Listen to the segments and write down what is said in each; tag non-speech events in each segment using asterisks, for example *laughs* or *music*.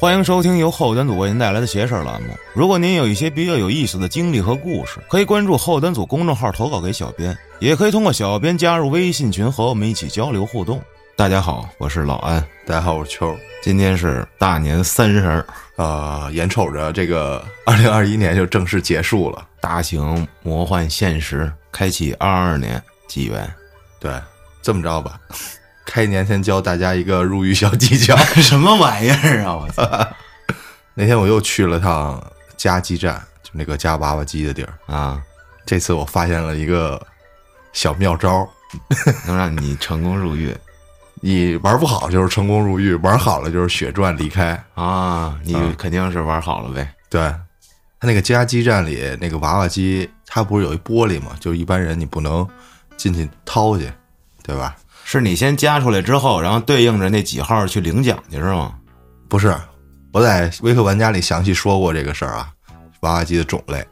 欢迎收听由后端组为您带来的“邪事儿”栏目。如果您有一些比较有意思的经历和故事，可以关注后端组公众号投稿给小编，也可以通过小编加入微信群和我们一起交流互动。大家好，我是老安，大家好，我是秋儿今天是大年三十儿，啊、眼瞅着这个二零二一年就正式结束了，大型魔幻现实开启二二年纪元，对，这么着吧，开年先教大家一个入狱小技巧。 *laughs* *laughs* 什么玩意儿啊！我操那天我又去了趟加鸡站，就那个加娃娃机的地儿。啊！这次我发现了一个小妙招，能让你成功入狱你玩不好就是成功入狱，玩好了就是血赚离开。啊！你肯定是玩好了呗。对，他那个加鸡站里那个娃娃机，它不是有一玻璃吗？就一般人你不能进去掏去，对吧？是你先加出来之后，然后对应着那几号去领奖去是吗？不是，我在微客玩家里详细说过这个事儿啊，娃娃机的种类。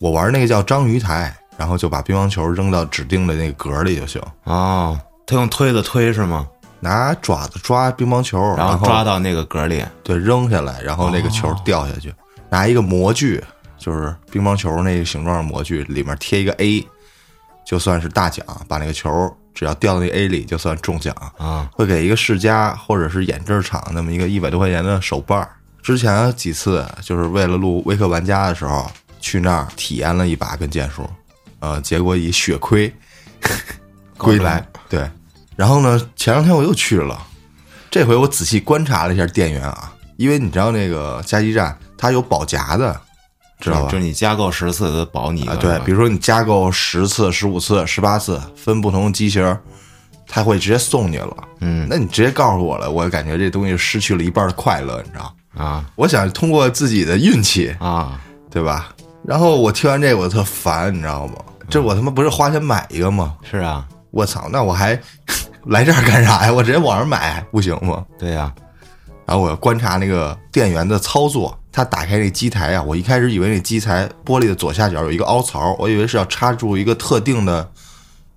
我玩那个叫章鱼台，然后就把乒乓球扔到指定的那个格里就行，哦，他用推子推是吗？拿爪子抓乒乓球，然然后抓到那个格里。对扔下来，然后那个球掉下去。哦拿一个模具，就是乒乓球那个形状的模具，里面贴一个 A，就算是大奖。把那个球只要掉到那个 A 里，就算中奖。啊会给一个世家或者是眼镜厂那么一个一百多块钱的手办儿。之前几次就是为了录微客玩家的时候，去那儿体验了一把跟剑术，呃，结果以血亏 *laughs* 归来。对，然后呢，前两天我又去了，这回我仔细观察了一下店员啊，因为你知道那个加鸡站它有保夹的，知道吧？就是你加购十次的保你一个啊，对，比如说你加购十次、十五次、十八次，分不同的机型，他会直接送你了。嗯，那你直接告诉我了，我感觉这东西失去了一半的快乐，你知道？啊我想通过自己的运气，啊，对吧？然后我听完这个我特烦，你知道吗？这我他妈不是花钱买一个吗？是啊，我操，那我还 *laughs* 来这儿干啥呀？我直接网上买不行吗？对啊呀、然后我观察那个店员的操作，他打开那机台啊，我一开始以为那机台玻璃的左下角有一个凹槽，我以为是要插入一个特定的，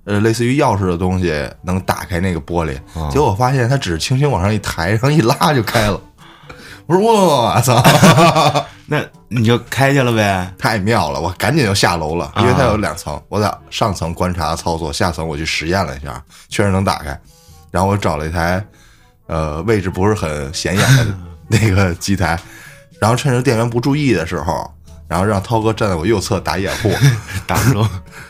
呃，类似于钥匙的东西能打开那个玻璃，结果我发现他只是轻轻往上一抬，然后一拉就开了。我说我操，那你就开去了呗。太妙了！我赶紧就下楼了，因为它有两层，我在上层观察操作，下层我去实验了一下，确实能打开。然后我找了一台，呃，位置不是很显眼的那个机台，然后趁着店员不注意的时候，然后让涛哥站在我右侧 *laughs* 打掩护，打不 *laughs* 住，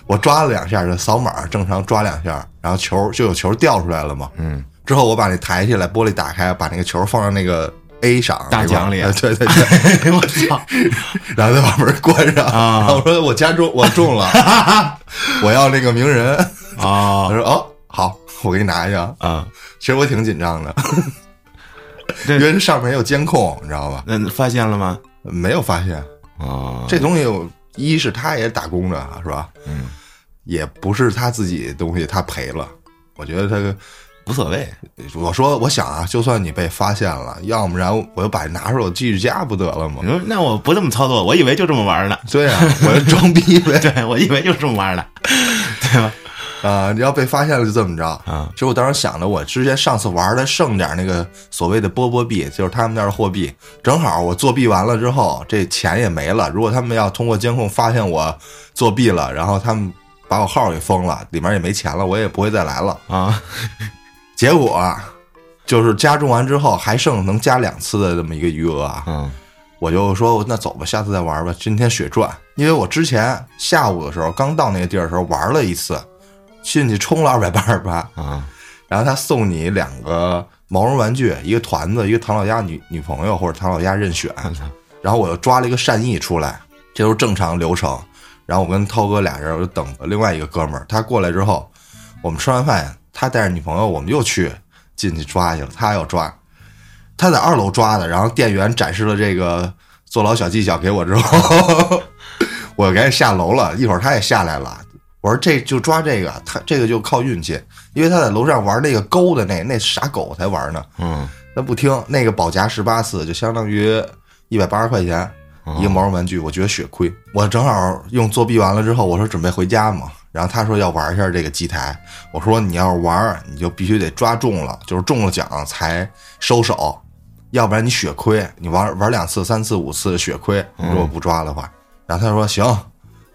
我抓了两下，这扫码正常抓两下，然后球就有球掉出来了嘛。嗯，之后我把那抬起来，玻璃打开，把那个球放到那个 A 赏大奖里那块 *laughs* 儿对对对。哎 *laughs* 我操！ *laughs* 然后再把门关上。啊然后我说我家中我 *laughs* 中了，我要那个名人。他啊说哦好，我给你拿一个。啊，其实我挺紧张的，这因为这上面有监控，你知道吧？那你发现了吗？没有发现啊，这东西有，一是他也打工的，是吧？嗯，也不是他自己的东西，他赔了。我觉得他，无所谓。我说我想啊，就算你被发现了，要不然我就把它拿出来，我寄去家不得了吗你？说那我不这么操作，我以为就这么玩呢。 *laughs* 对啊，我就装逼呗。对，我以为就这么玩呢， *laughs* 对吧？啊、你要被发现了就这么着啊。其实我当时想着，我之前上次玩的剩点那个所谓的波波币，就是他们那儿的货币，正好我作弊完了之后，这钱也没了。如果他们要通过监控发现我作弊了，然后他们把我号给封了，里面也没钱了，我也不会再来了。啊，结果啊就是加重完之后，还剩能加两次的这么一个余额啊。嗯我就说那走吧，下次再玩吧，今天血赚。因为我之前下午的时候刚到那个地儿的时候玩了一次，进去充了二百八十八，啊然后他送你两个毛绒玩具，一个团子，一个唐老鸭女女朋友或者唐老鸭任选。然后我又抓了一个善意出来，这都是正常流程。然后我跟涛哥俩人，我就等另外一个哥们儿，他过来之后，我们吃完饭，他带着女朋友，我们又去进去抓去了。他要抓，他在二楼抓的，然后店员展示了这个坐牢小技巧给我之后， *laughs* 我赶紧下楼了。一会儿他也下来了，我说这就抓这个，他这个就靠运气，因为他在楼上玩那个勾的那那傻狗才玩呢，嗯那不听那个保夹十八次就相当于一百八十块钱一个毛绒玩具，我觉得血亏。我正好用作弊完了之后，我说准备回家嘛，然后他说要玩一下这个机台，我说你要是玩你就必须得抓中了，就是中了奖才收手，要不然你血亏，你玩玩两次、三次、五次血亏。你如果不抓的话，然后他说行，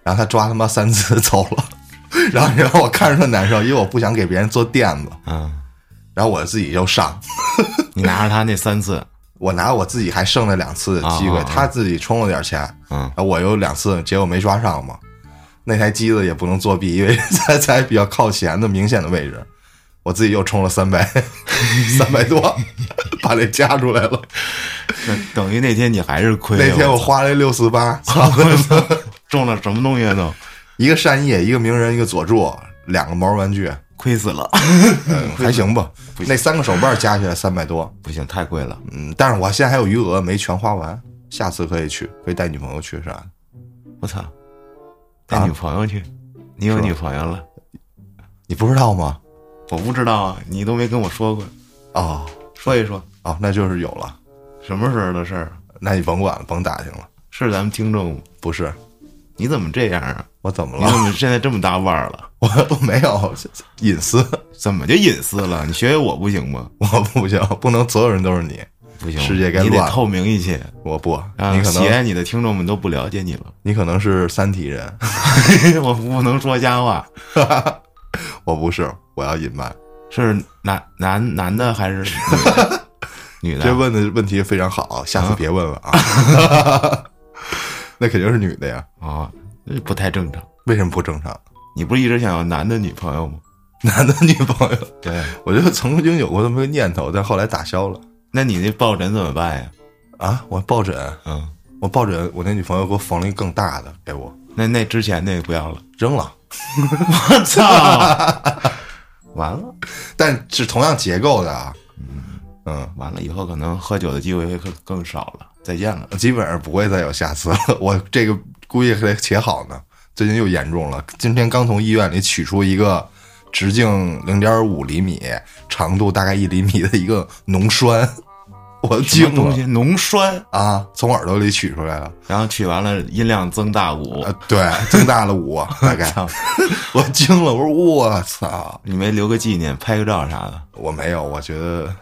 然后他抓他妈三次走了， *laughs* 然后然后我看着特难受，因为我不想给别人做垫子，嗯，然后我自己就上，你拿着他那三次，我拿我自己还剩了两次的机会，啊啊啊他自己充了点钱，嗯然后我有两次结果没抓上嘛，那台机子也不能作弊，因为 *laughs* 在在比较靠前的明显的位置，我自己又充了三百 *laughs* 三百多， *laughs* 把这加出来了。等等于那天你还是亏了。那天我花了六四八， *laughs* 操，中了什么东西都一个善意，一个鸣人，一个佐助，两个毛绒玩具，亏死了， *laughs* 嗯，还行吧。那三个手办加起来三百多，不行，太贵了。嗯，但是我现在还有余额没全花完，下次可以去，可以带女朋友去啥的。我操，带啊女朋友去，你有是吧女朋友了？你不知道吗？我不知道啊，你都没跟我说过，哦说一说哦，那就是有了，什么时候的事儿？那你甭管了，甭打听了。是咱们听众吗？不是你怎么这样啊？我怎么你了 *laughs* 怎？么现在这么大腕儿了？我我没有隐私，怎么就隐私了？你学学我不行吗？我不行，不能所有人都是你，不行，世界该你乱得了透明一些，我不，让你可啊喜能爱你的听众们都不了解你 *laughs* 了。你可能是三体人， *laughs* 我不能说瞎话，我不是，我要隐瞒。是男男男的还是女的 *laughs* 女的？啊这问的问题非常好，下次别问了啊。 *laughs* 那肯定是女的呀，啊，这不太正常。为什么不正常？ *laughs* 你不是一直想要男的女朋友吗？男的女朋友，对，我觉得曾经有过那么个念头，但后来打消了。那你那抱枕怎么办呀？啊，我抱枕，嗯，我抱枕，我那女朋友给我缝了一个更大的给我那那之前那个不要了。扔了，我 *laughs* 操！完了但是同样结构的啊，嗯，完了，以后可能喝酒的机会会更更少了。再见了，基本上不会再有下次了。 *laughs* 我这个估计还得且好呢，最近又严重了。今天刚从医院里取出一个直径零点五厘米、长度大概一厘米的一个脓栓， *laughs* 我什么惊东了西脓栓，啊！从耳朵里取出来了，然后取完了音量增大五，啊，对，增大了五大概操， *laughs* 我惊了，我说我操，你没留个纪念，拍个照啥的。我没有，我觉得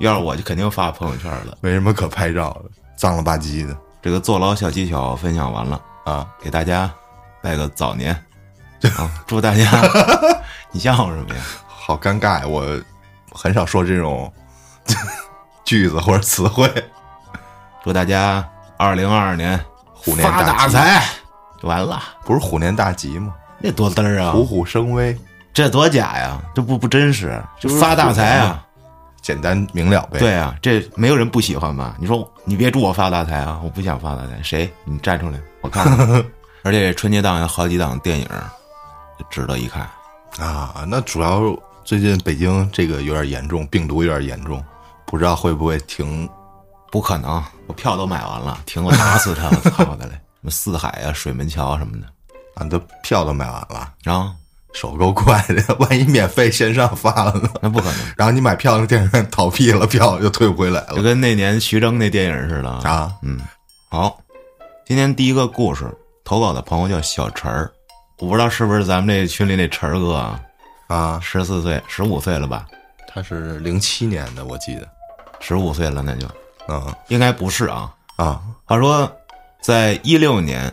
要是我就肯定发朋友圈了。没什么可拍照的，脏了吧唧的这个坐牢小技巧分享完了，啊！给大家拜个早 *laughs* 年，啊，祝大家！ *laughs* 你笑什么呀？好尴尬，呀！我很少说这种 *laughs* 句子或者词汇。祝大家二零二二年虎年发大大吉财！完了，不是虎年大吉吗？那多嘚儿啊！虎虎生威，这多假呀！这不不真实，这就是发大财虎啊！简单明了呗。，对啊，这没有人不喜欢吧？你说你别祝我发大财啊！我不想发大财，谁？你站出来，我看 *laughs* 看。而且春节档有好几档电影值得一看，啊，那主要最近北京这个有点严重，病毒有点严重，不知道会不会停。不可能，我票都买完了，停我打死他！我操他嘞！什么四海啊、水门桥什么的，啊啊，都票都买完了，然后手够快的，万一免费线上发了呢？ *laughs* 那不可能，然后你买票，那电影院倒闭了，票就退不回来就了跟那年徐峥那电影似的。啊！嗯，好，今天第一个故事投稿的朋友叫小陈儿，我不知道是不是咱们这群里那陈儿哥啊，啊，十四岁、十五岁了吧？他是零七年的，我记得。十五岁了，那就嗯应该不是啊。啊，他说，在一六年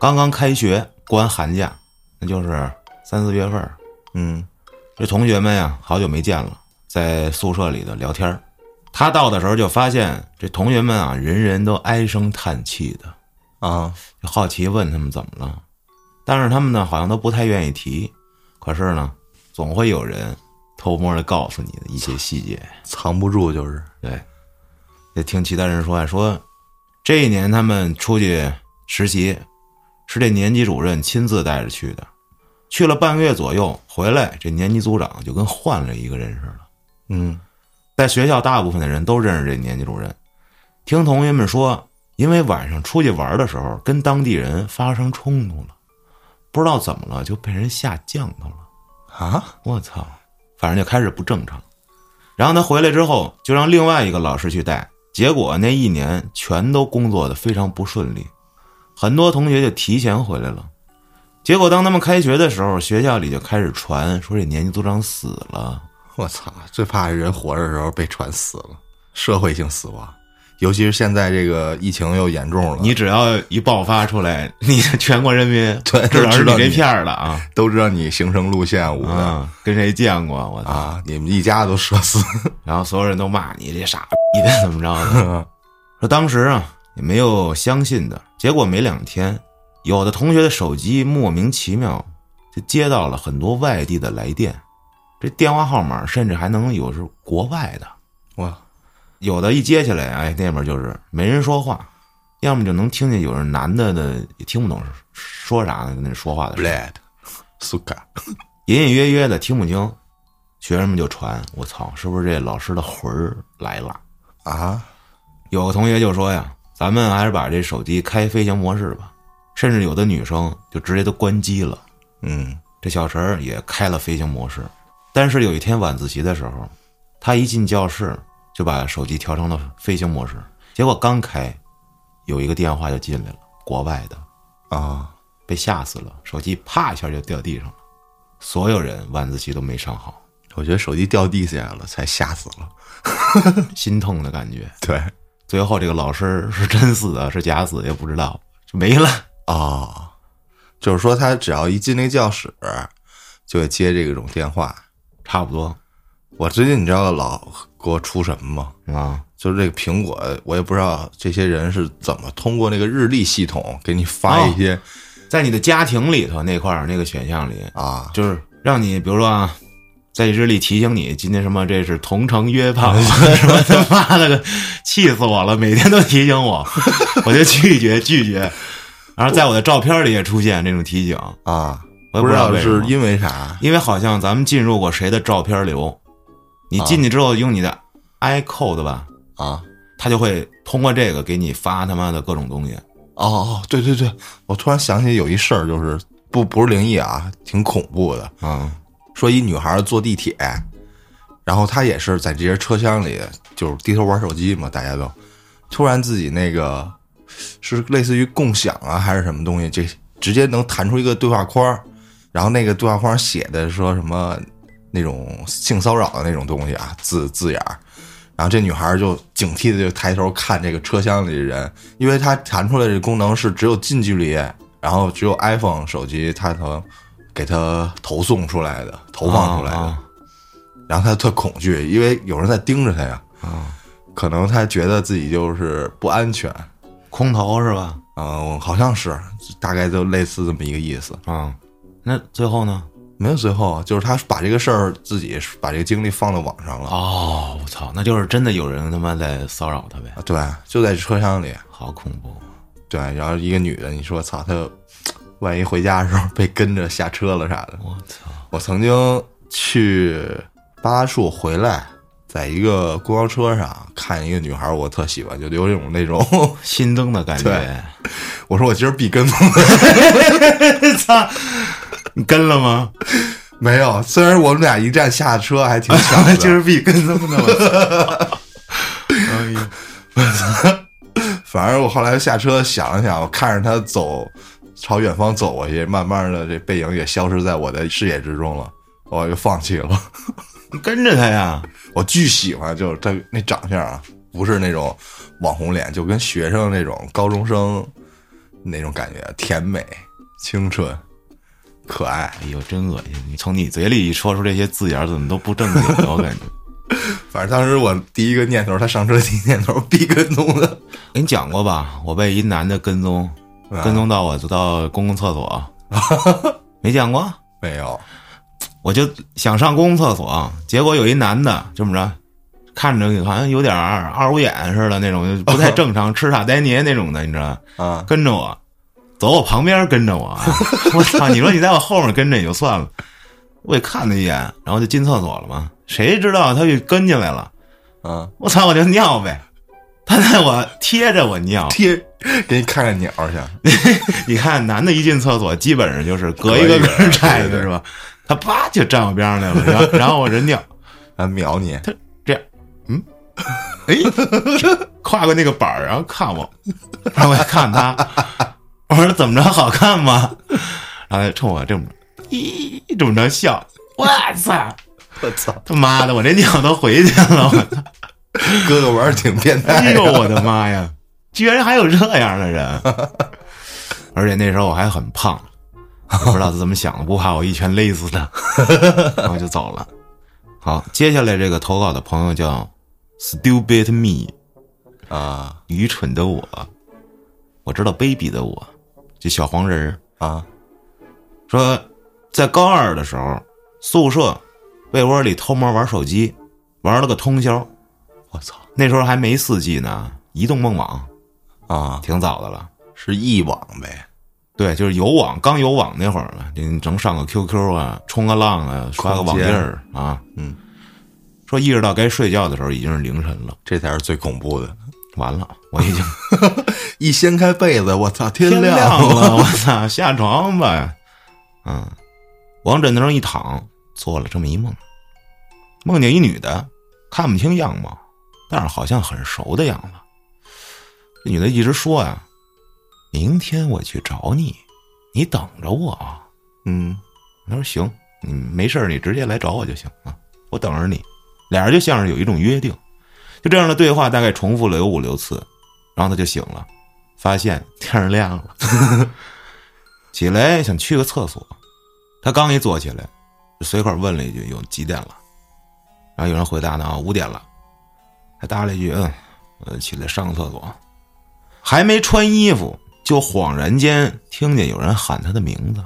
刚刚开学，过完寒假，那就是三四月份儿，嗯这同学们呀，好久没见了，在宿舍里头聊天儿他到的时候就发现这同学们啊，人人都唉声叹气的，啊，就好奇问他们怎么了，但是他们呢，好像都不太愿意提。可是呢，总会有人偷摸的告诉你的一些细节。藏不住就是对，也听其他人说啊，说这一年他们出去实习，是这年级主任亲自带着去的，去了半个月左右，回来这年级组长就跟换了一个人似的。嗯在学校，大部分的人都认识这年级主任。听同学们说，因为晚上出去玩的时候跟当地人发生冲突了，不知道怎么了就被人下降头了。啊， *laughs* 我操，反正就开始不正常。然后他回来之后，就让另外一个老师去带，结果那一年全都工作的非常不顺利，很多同学就提前回来了。结果当他们开学的时候，学校里就开始传说这年级组长死了，我操！最怕人活着的时候被传死了。社会性死亡，尤其是现在这个疫情又严重了，你只要一爆发出来，你全国人民 *laughs* 对知道是都知道这你片儿的啊都知道你行程路线我的啊，跟谁见过我操？啊，你们一家都社死， *laughs* 然后所有人都骂你这傻逼的怎么着的。 *laughs* 说当时啊也没有相信的，结果没两天，有的同学的手机莫名其妙就接到了很多外地的来电，这电话号码甚至还能有是国外的。哇，有的一接起来，哎，那边就是没人说话，要么就能听见有人男的的也听不懂说啥呢，跟那说话的 b 声音 l a d 苏嘎，隐隐约约的听不清，学生们就传我操，是不是这老师的魂儿来了？啊，有个同学就说呀，咱们还是把这手机开飞行模式吧，甚至有的女生就直接都关机了。嗯，这小陈儿也开了飞行模式，但是有一天晚自习的时候，他一进教室就把手机调成了飞行模式，结果刚开，有一个电话就进来了，国外的，啊，被吓死了，手机啪一下就掉地上了，所有人晚自习都没上好，我觉得手机掉地下了才吓死了， *laughs* 心痛的感觉。对，最后这个老师是真死啊，是假死也不知道，就没 *laughs* 了。哦，就是说他只要一进那教室，就会接这种电话。差不多我最近你知道老给我出什么吗？啊，就是这个苹果，我也不知道这些人是怎么通过那个日历系统给你发哦一些、在你的家庭里头那块儿那个选项里，啊，就是让你比如说啊，在日历提醒你今天什么这是同城约 *laughs* 炮什么他妈了个，气死我了！每天都提醒 *laughs* 我，我就拒绝拒绝。然后在我的照片里也出现这种提醒，啊，我也不不知知道道为什是么因为啥因为好像咱们进入过谁的照片流，你进去之后用你的 i code 吧，啊。他就会通过这个给你发他妈的各种东西。哦哦，对对对，我突然想起有一事儿，就是不不是灵异啊，挺恐怖的。嗯，说一女孩坐地铁，然后她也是在这些车厢里，就是低头玩手机嘛，大家都突然自己那个是类似于共享啊还是什么东西，这直接能弹出一个对话框儿，然后那个对话框写的说什么那种性骚扰的那种东西啊字字眼儿。然后这女孩就警惕的就抬头看这个车厢里的人，因为她弹出来这功能是只有近距离，然后只有 iPhone 手机它能给她投送出来的、投放出来的。啊然后他特恐惧，因为有人在盯着他呀。啊可能他觉得自己就是不安全，空投是吧？嗯、好像是，大概就类似这么一个意思。啊、那最后呢？没有最后，就是他把这个事儿自己把这个经历放到网上了。哦，我操，那就是真的有人他妈在骚扰他呗，对，就在车厢里。好恐怖！对，然后一个女的，你说操，她万一回家的时候被跟着下车了啥的。我操，我曾经去八大处回来，在一个公交车上看一个女孩，我特喜欢，就有一种那种， *laughs* 心增的感觉对。我说我今儿必跟风。操， *laughs* 你跟了吗？没有，虽然我们俩一站下车还挺巧的， *laughs* 就是比跟他们的我操。 *laughs* 哎呦，反正我后来下车想了想，我看着他走，朝远方走过去，慢慢的这背影也消失在我的视野之中了，我就放弃了。你跟着他呀？我巨喜欢，就是他那长相啊，不是那种网红脸，就跟学生那种高中生那种感觉，甜美、清纯、可爱。哎呦，真恶心！你从你嘴里一说出这些字眼儿，怎么都不正经了？我感觉。 *laughs* 反正当时我第一个念头，他上车第一念头必跟踪的，哎给你讲过吧？我被一男的跟踪，啊跟踪到我到公共厕所， *laughs* 没讲过。 *laughs* 没有我就想上公共厕所，结果有一男的这么着，看着好像有点儿二五眼似的那种，就不太正常，吃傻呆捏那种的，你知道？啊，跟着我，走我旁边跟着我，啊 *laughs* 我操！你说你在我后面跟着也就算了，我也看了一眼，然后就进厕所了嘛。谁知道他就跟进来了，啊，我操！我就尿呗，他在我贴着我尿。贴给你看看鸟去。 *laughs* 你看男的一进厕所，基本上就是隔一个隔一个跟站对着对对是吧？他叭就站我边上来了，然后然后我这尿。啊，瞄你，这样，嗯，哎，跨过那个板儿，然后看我，然后我还看他，我说怎么着好看吗？然后他冲我这么着，咦，这么着笑，我操，我操！他妈的，我这尿都回去了，我操！哥哥玩儿挺变哎态呦的，我的妈呀！居然还有这样的人，而且那时候我还很胖，也不知道他怎么想的，不怕我一拳勒死他，然后就走了。好，接下来这个投稿的朋友叫 Stupid Me，啊愚蠢的我，我知道卑鄙的我，这小黄人儿啊说，在高二的时候，宿舍被窝里偷摸玩手机，玩了个通宵。我操那时候还没四 G 呢，移动梦网啊，挺早的了。是一网呗，对，就是有网，刚有网那会儿嘛，您能上个 QQ 啊，冲个浪啊，刷个网页儿啊，嗯，说意识到该睡觉的时候已经是凌晨了，这才是最恐怖的。完了，我已经一掀开被子，我操，天天亮亮了，我操，下床吧，嗯，往枕头上一躺，做了这么一梦，梦见一女的，看不清样貌，但是好像很熟的样子。这女的一直说呀、明天我去找你，你等着我啊。嗯，他说行，你没事儿你直接来找我就行啊，我等着你。俩人就像是有一种约定，就这样的对话大概重复了有五六次，然后他就醒了，发现天儿亮了， *laughs* 起来想去个厕所，他刚一坐起来，就随口问了一句有几点了，然后有人回答他啊五点了，还搭了一句嗯，呃起来上个厕所，还没穿衣服就恍然间听见有人喊他的名字。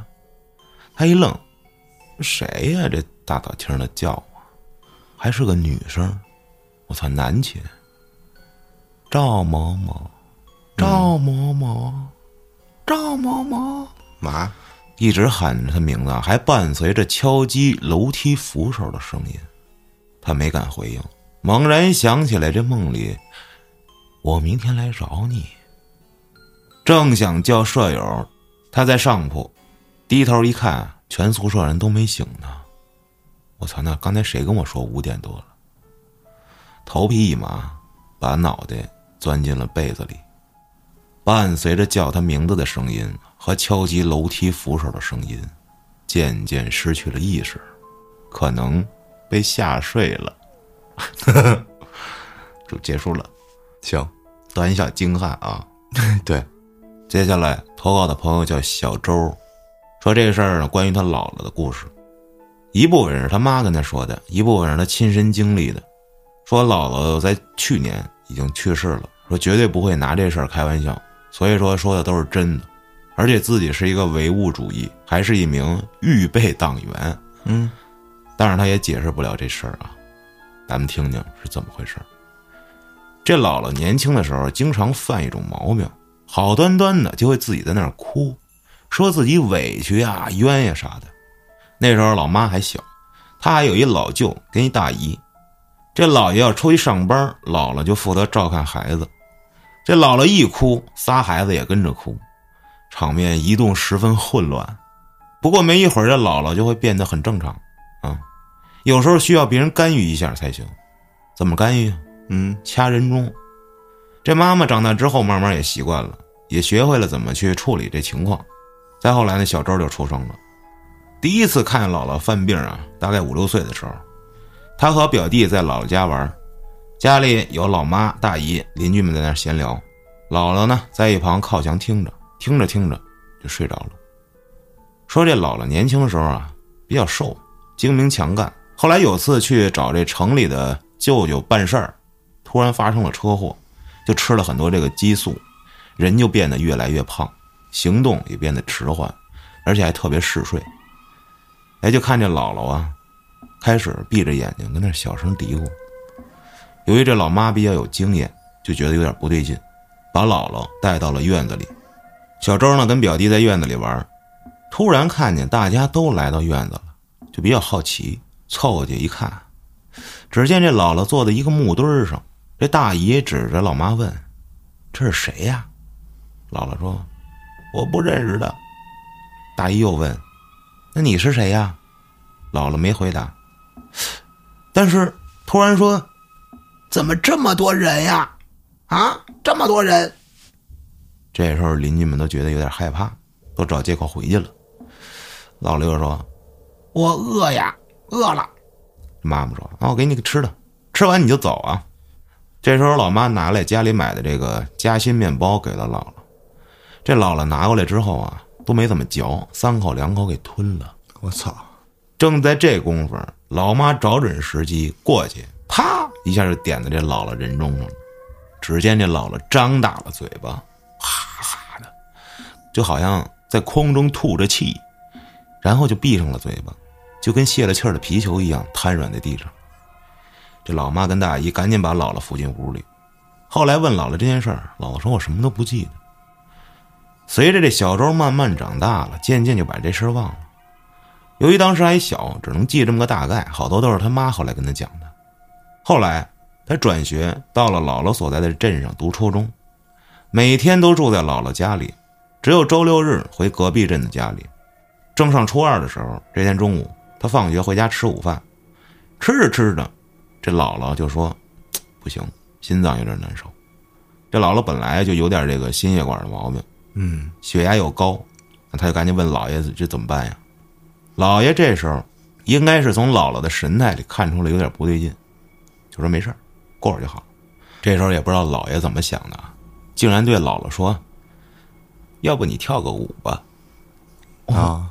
他一愣，谁呀、这大早清的叫我，还是个女生，我操，男寝。赵某某，赵某某，赵某某，嘛，一直喊着他名字，还伴随着敲击楼梯扶手的声音。他没敢回应，猛然想起来这梦里，我明天来找你。正想叫舍友，他在上铺，低头一看，全宿舍人都没醒呢。我操！那刚才谁跟我说五点多了？头皮一麻，把脑袋钻进了被子里。伴随着叫他名字的声音和敲击楼梯扶手的声音，渐渐失去了意识，可能被吓睡了。 *laughs* 就结束了，行，短小精悍啊！ *laughs* 对，接下来投稿的朋友叫小周，说这个事儿呢，关于他姥姥的故事，一部分是他妈跟他说的，一部分是他亲身经历的。说姥姥在去年已经去世了，说绝对不会拿这事儿开玩笑，所以说说的都是真的，而且自己是一个唯物主义，还是一名预备党员，嗯但是他也解释不了这事儿啊。咱们听听是怎么回事儿。这姥姥年轻的时候经常犯一种毛病，好端端的就会自己在那儿哭，说自己委屈呀、冤呀啥的。那时候老妈还小，她还有一老舅跟一大姨。这姥爷要出去上班，姥姥就负责照看孩子。这姥姥一哭，仨孩子也跟着哭，场面一度十分混乱。不过没一会儿，这姥姥就会变得很正常，啊，有时候需要别人干预一下才行。怎么干预啊？嗯掐人中。这妈妈长大之后，慢慢也习惯了，也学会了怎么去处理这情况。再后来呢，小周就出生了。第一次看姥姥犯病啊，大概五六岁的时候，他和表弟在姥姥家玩，家里有老妈、大姨、邻居们在那儿闲聊，姥姥呢在一旁靠墙听着，听着听着就睡着了。说这姥姥年轻的时候啊，比较瘦，精明强干。后来有次去找这城里的舅舅办事儿，突然发生了车祸，就吃了很多这个激素，人就变得越来越胖，行动也变得迟缓，而且还特别嗜睡。哎，就看见姥姥啊，开始闭着眼睛跟那小声嘀咕。由于这老妈比较有经验，就觉得有点不对劲，把姥姥带到了院子里。小周呢跟表弟在院子里玩，突然看见大家都来到院子了，就比较好奇，凑过去一看，只见这姥姥坐在一个木墩儿上，这大姨指着老妈问：“这是谁呀、姥姥说：“我不认识的。”大姨又问：“那你是谁呀、姥姥没回答，但是突然说：“怎么这么多人呀、啊，这么多人！”这时候邻居们都觉得有点害怕，都找借口回去了。老刘说：“我饿呀，饿了。”妈妈说：“啊，我给你个吃的，吃完你就走啊。”这时候，老妈拿来家里买的这个夹心面包给了姥姥。这姥姥拿过来之后啊，都没怎么嚼，三口两口给吞了。我操！正在这功夫，老妈找准时机过去，啪一下就点在这姥姥人中上了。只见这姥姥张大了嘴巴，哈哈的，就好像在空中吐着气，然后就闭上了嘴巴，就跟泄了气儿的皮球一样瘫软在地上。这老妈跟大姨赶紧把姥姥扶进屋里。后来问姥姥这件事儿，姥姥说我什么都不记得。随着这小周慢慢长大了，渐渐就把这事儿忘了。由于当时还小，只能记这么个大概，好多都是他妈后来跟他讲的。后来他转学到了姥姥所在的镇上读初中，每天都住在姥姥家里，只有周六日回隔壁镇的家里。正上初二的时候，这天中午他放学回家吃午饭，吃着吃着，这姥姥就说：“不行，心脏有点难受。”这姥姥本来就有点这个心血管的毛病，嗯，血压又高，那他就赶紧问老爷子这怎么办呀？老爷这时候应该是从姥姥的神态里看出来有点不对劲，就说没事儿，过会儿就好了。这时候也不知道老爷怎么想的啊，竟然对姥姥说：“要不你跳个舞吧。”哦啊，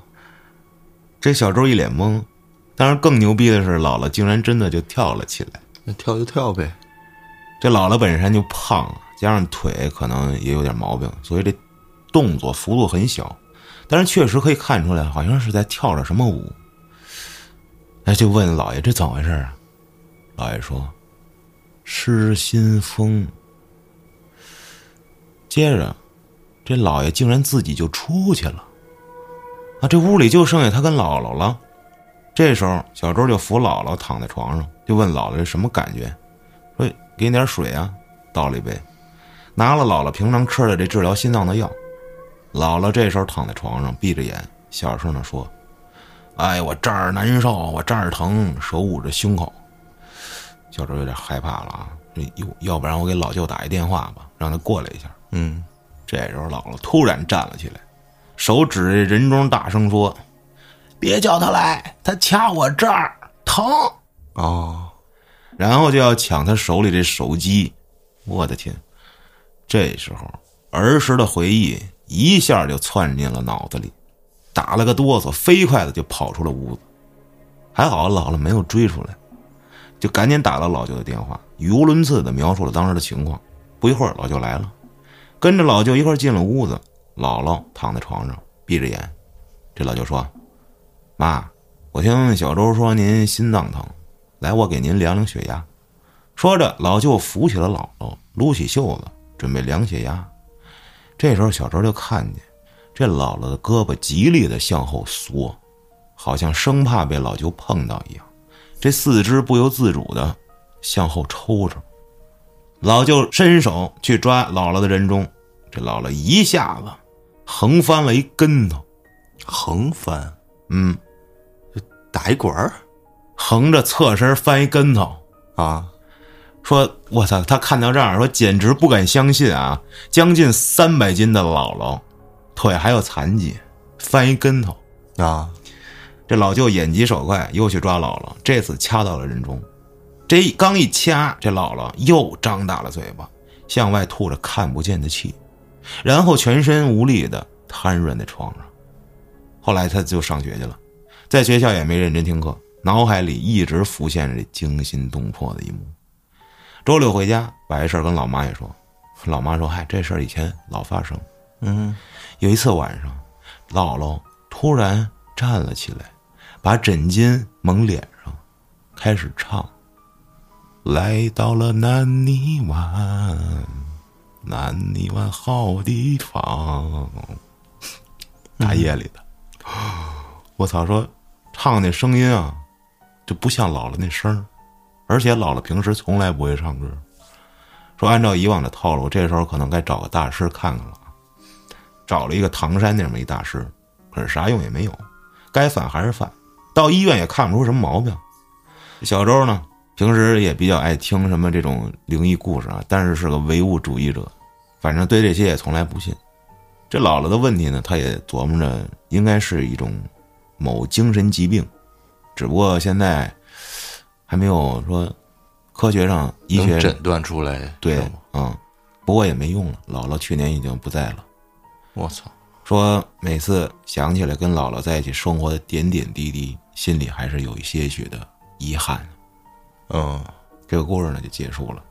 这小周一脸懵。当然，更牛逼的是，姥姥竟然真的就跳了起来。那跳就跳呗。这姥姥本身就胖啊，加上腿可能也有点毛病，所以这动作幅度很小，但是确实可以看出来，好像是在跳着什么舞。哎，就问姥爷这怎么回事啊？姥爷说：“失心疯。”接着，这姥爷竟然自己就出去了。啊，这屋里就剩下他跟姥姥了。这时候，小周就扶姥姥躺在床上，就问姥姥这什么感觉。说给你点水啊，倒了一杯，拿了姥姥平常吃的这治疗心脏的药。姥姥这时候躺在床上，闭着眼，小声的说：“哎，我这儿难受，我这儿疼。”手捂着胸口。小周有点害怕了啊，这要要不然我给老舅打一电话吧，让他过来一下。嗯，这时候姥姥突然站了起来，手指着人中大声说：“别叫他来，他掐我这儿疼。”哦，然后就要抢他手里这手机。我的天！这时候儿时的回忆一下就窜进了脑子里，打了个哆嗦，飞快的就跑出了屋子。还好啊姥姥没有追出来，就赶紧打了老舅的电话，语无伦次的描述了当时的情况。不一会儿，老舅来了，跟着老舅一块儿进了屋子。姥姥躺在床上，闭着眼。这老舅说：“妈，我听小周说您心脏疼，来，我给您量量血压。说着，老舅扶起了姥姥，撸起袖子准备量血压。这时候，小周就看见这姥姥的胳膊极力的向后缩，好像生怕被老舅碰到一样，这四肢不由自主的向后抽着。老舅伸手去抓姥姥的人中，这姥姥一下子横翻了一跟头，横翻，嗯，打一滚儿横着侧身翻一跟头，啊，说：“我操！”他看到这儿，说简直不敢相信啊！将近三百斤的姥姥，腿还有残疾，翻一跟头。啊，这老舅眼疾手快，又去抓姥姥，这次掐到了人中。这一刚一掐，这姥姥又张大了嘴巴，向外吐着看不见的气，然后全身无力的瘫软在床上。后来他就上学去了，在学校也没认真听课，脑海里一直浮现着这惊心动魄的一幕。周六回家，把这事儿跟老妈也说，老妈说：“嗨，这事儿以前老发生。”嗯，有一次晚上，姥姥突然站了起来，把枕巾蒙脸上，开始唱：“来到了南泥湾，南泥湾好地方。”大夜里的， *gasps* 我操！说唱那声音啊，就不像姥姥那声儿而且姥姥平时从来不会唱歌。说按照以往的套路，这时候可能该找个大师看看了。啊找了一个唐山那么一大师，可是啥用也没有，该犯还是犯，到医院也看不出什么毛病。小周呢，平时也比较爱听什么这种灵异故事啊，但是是个唯物主义者，反正对这些也从来不信。这姥姥的问题呢，他也琢磨着应该是一种某精神疾病，只不过现在还没有说科学上医能学诊断出来。对是吗，嗯，不过也没用了，姥姥去年已经不在了。我操，说每次想起来跟姥姥在一起生活的点点滴滴，心里还是有一些许的遗憾。嗯，这个故事呢就结束了。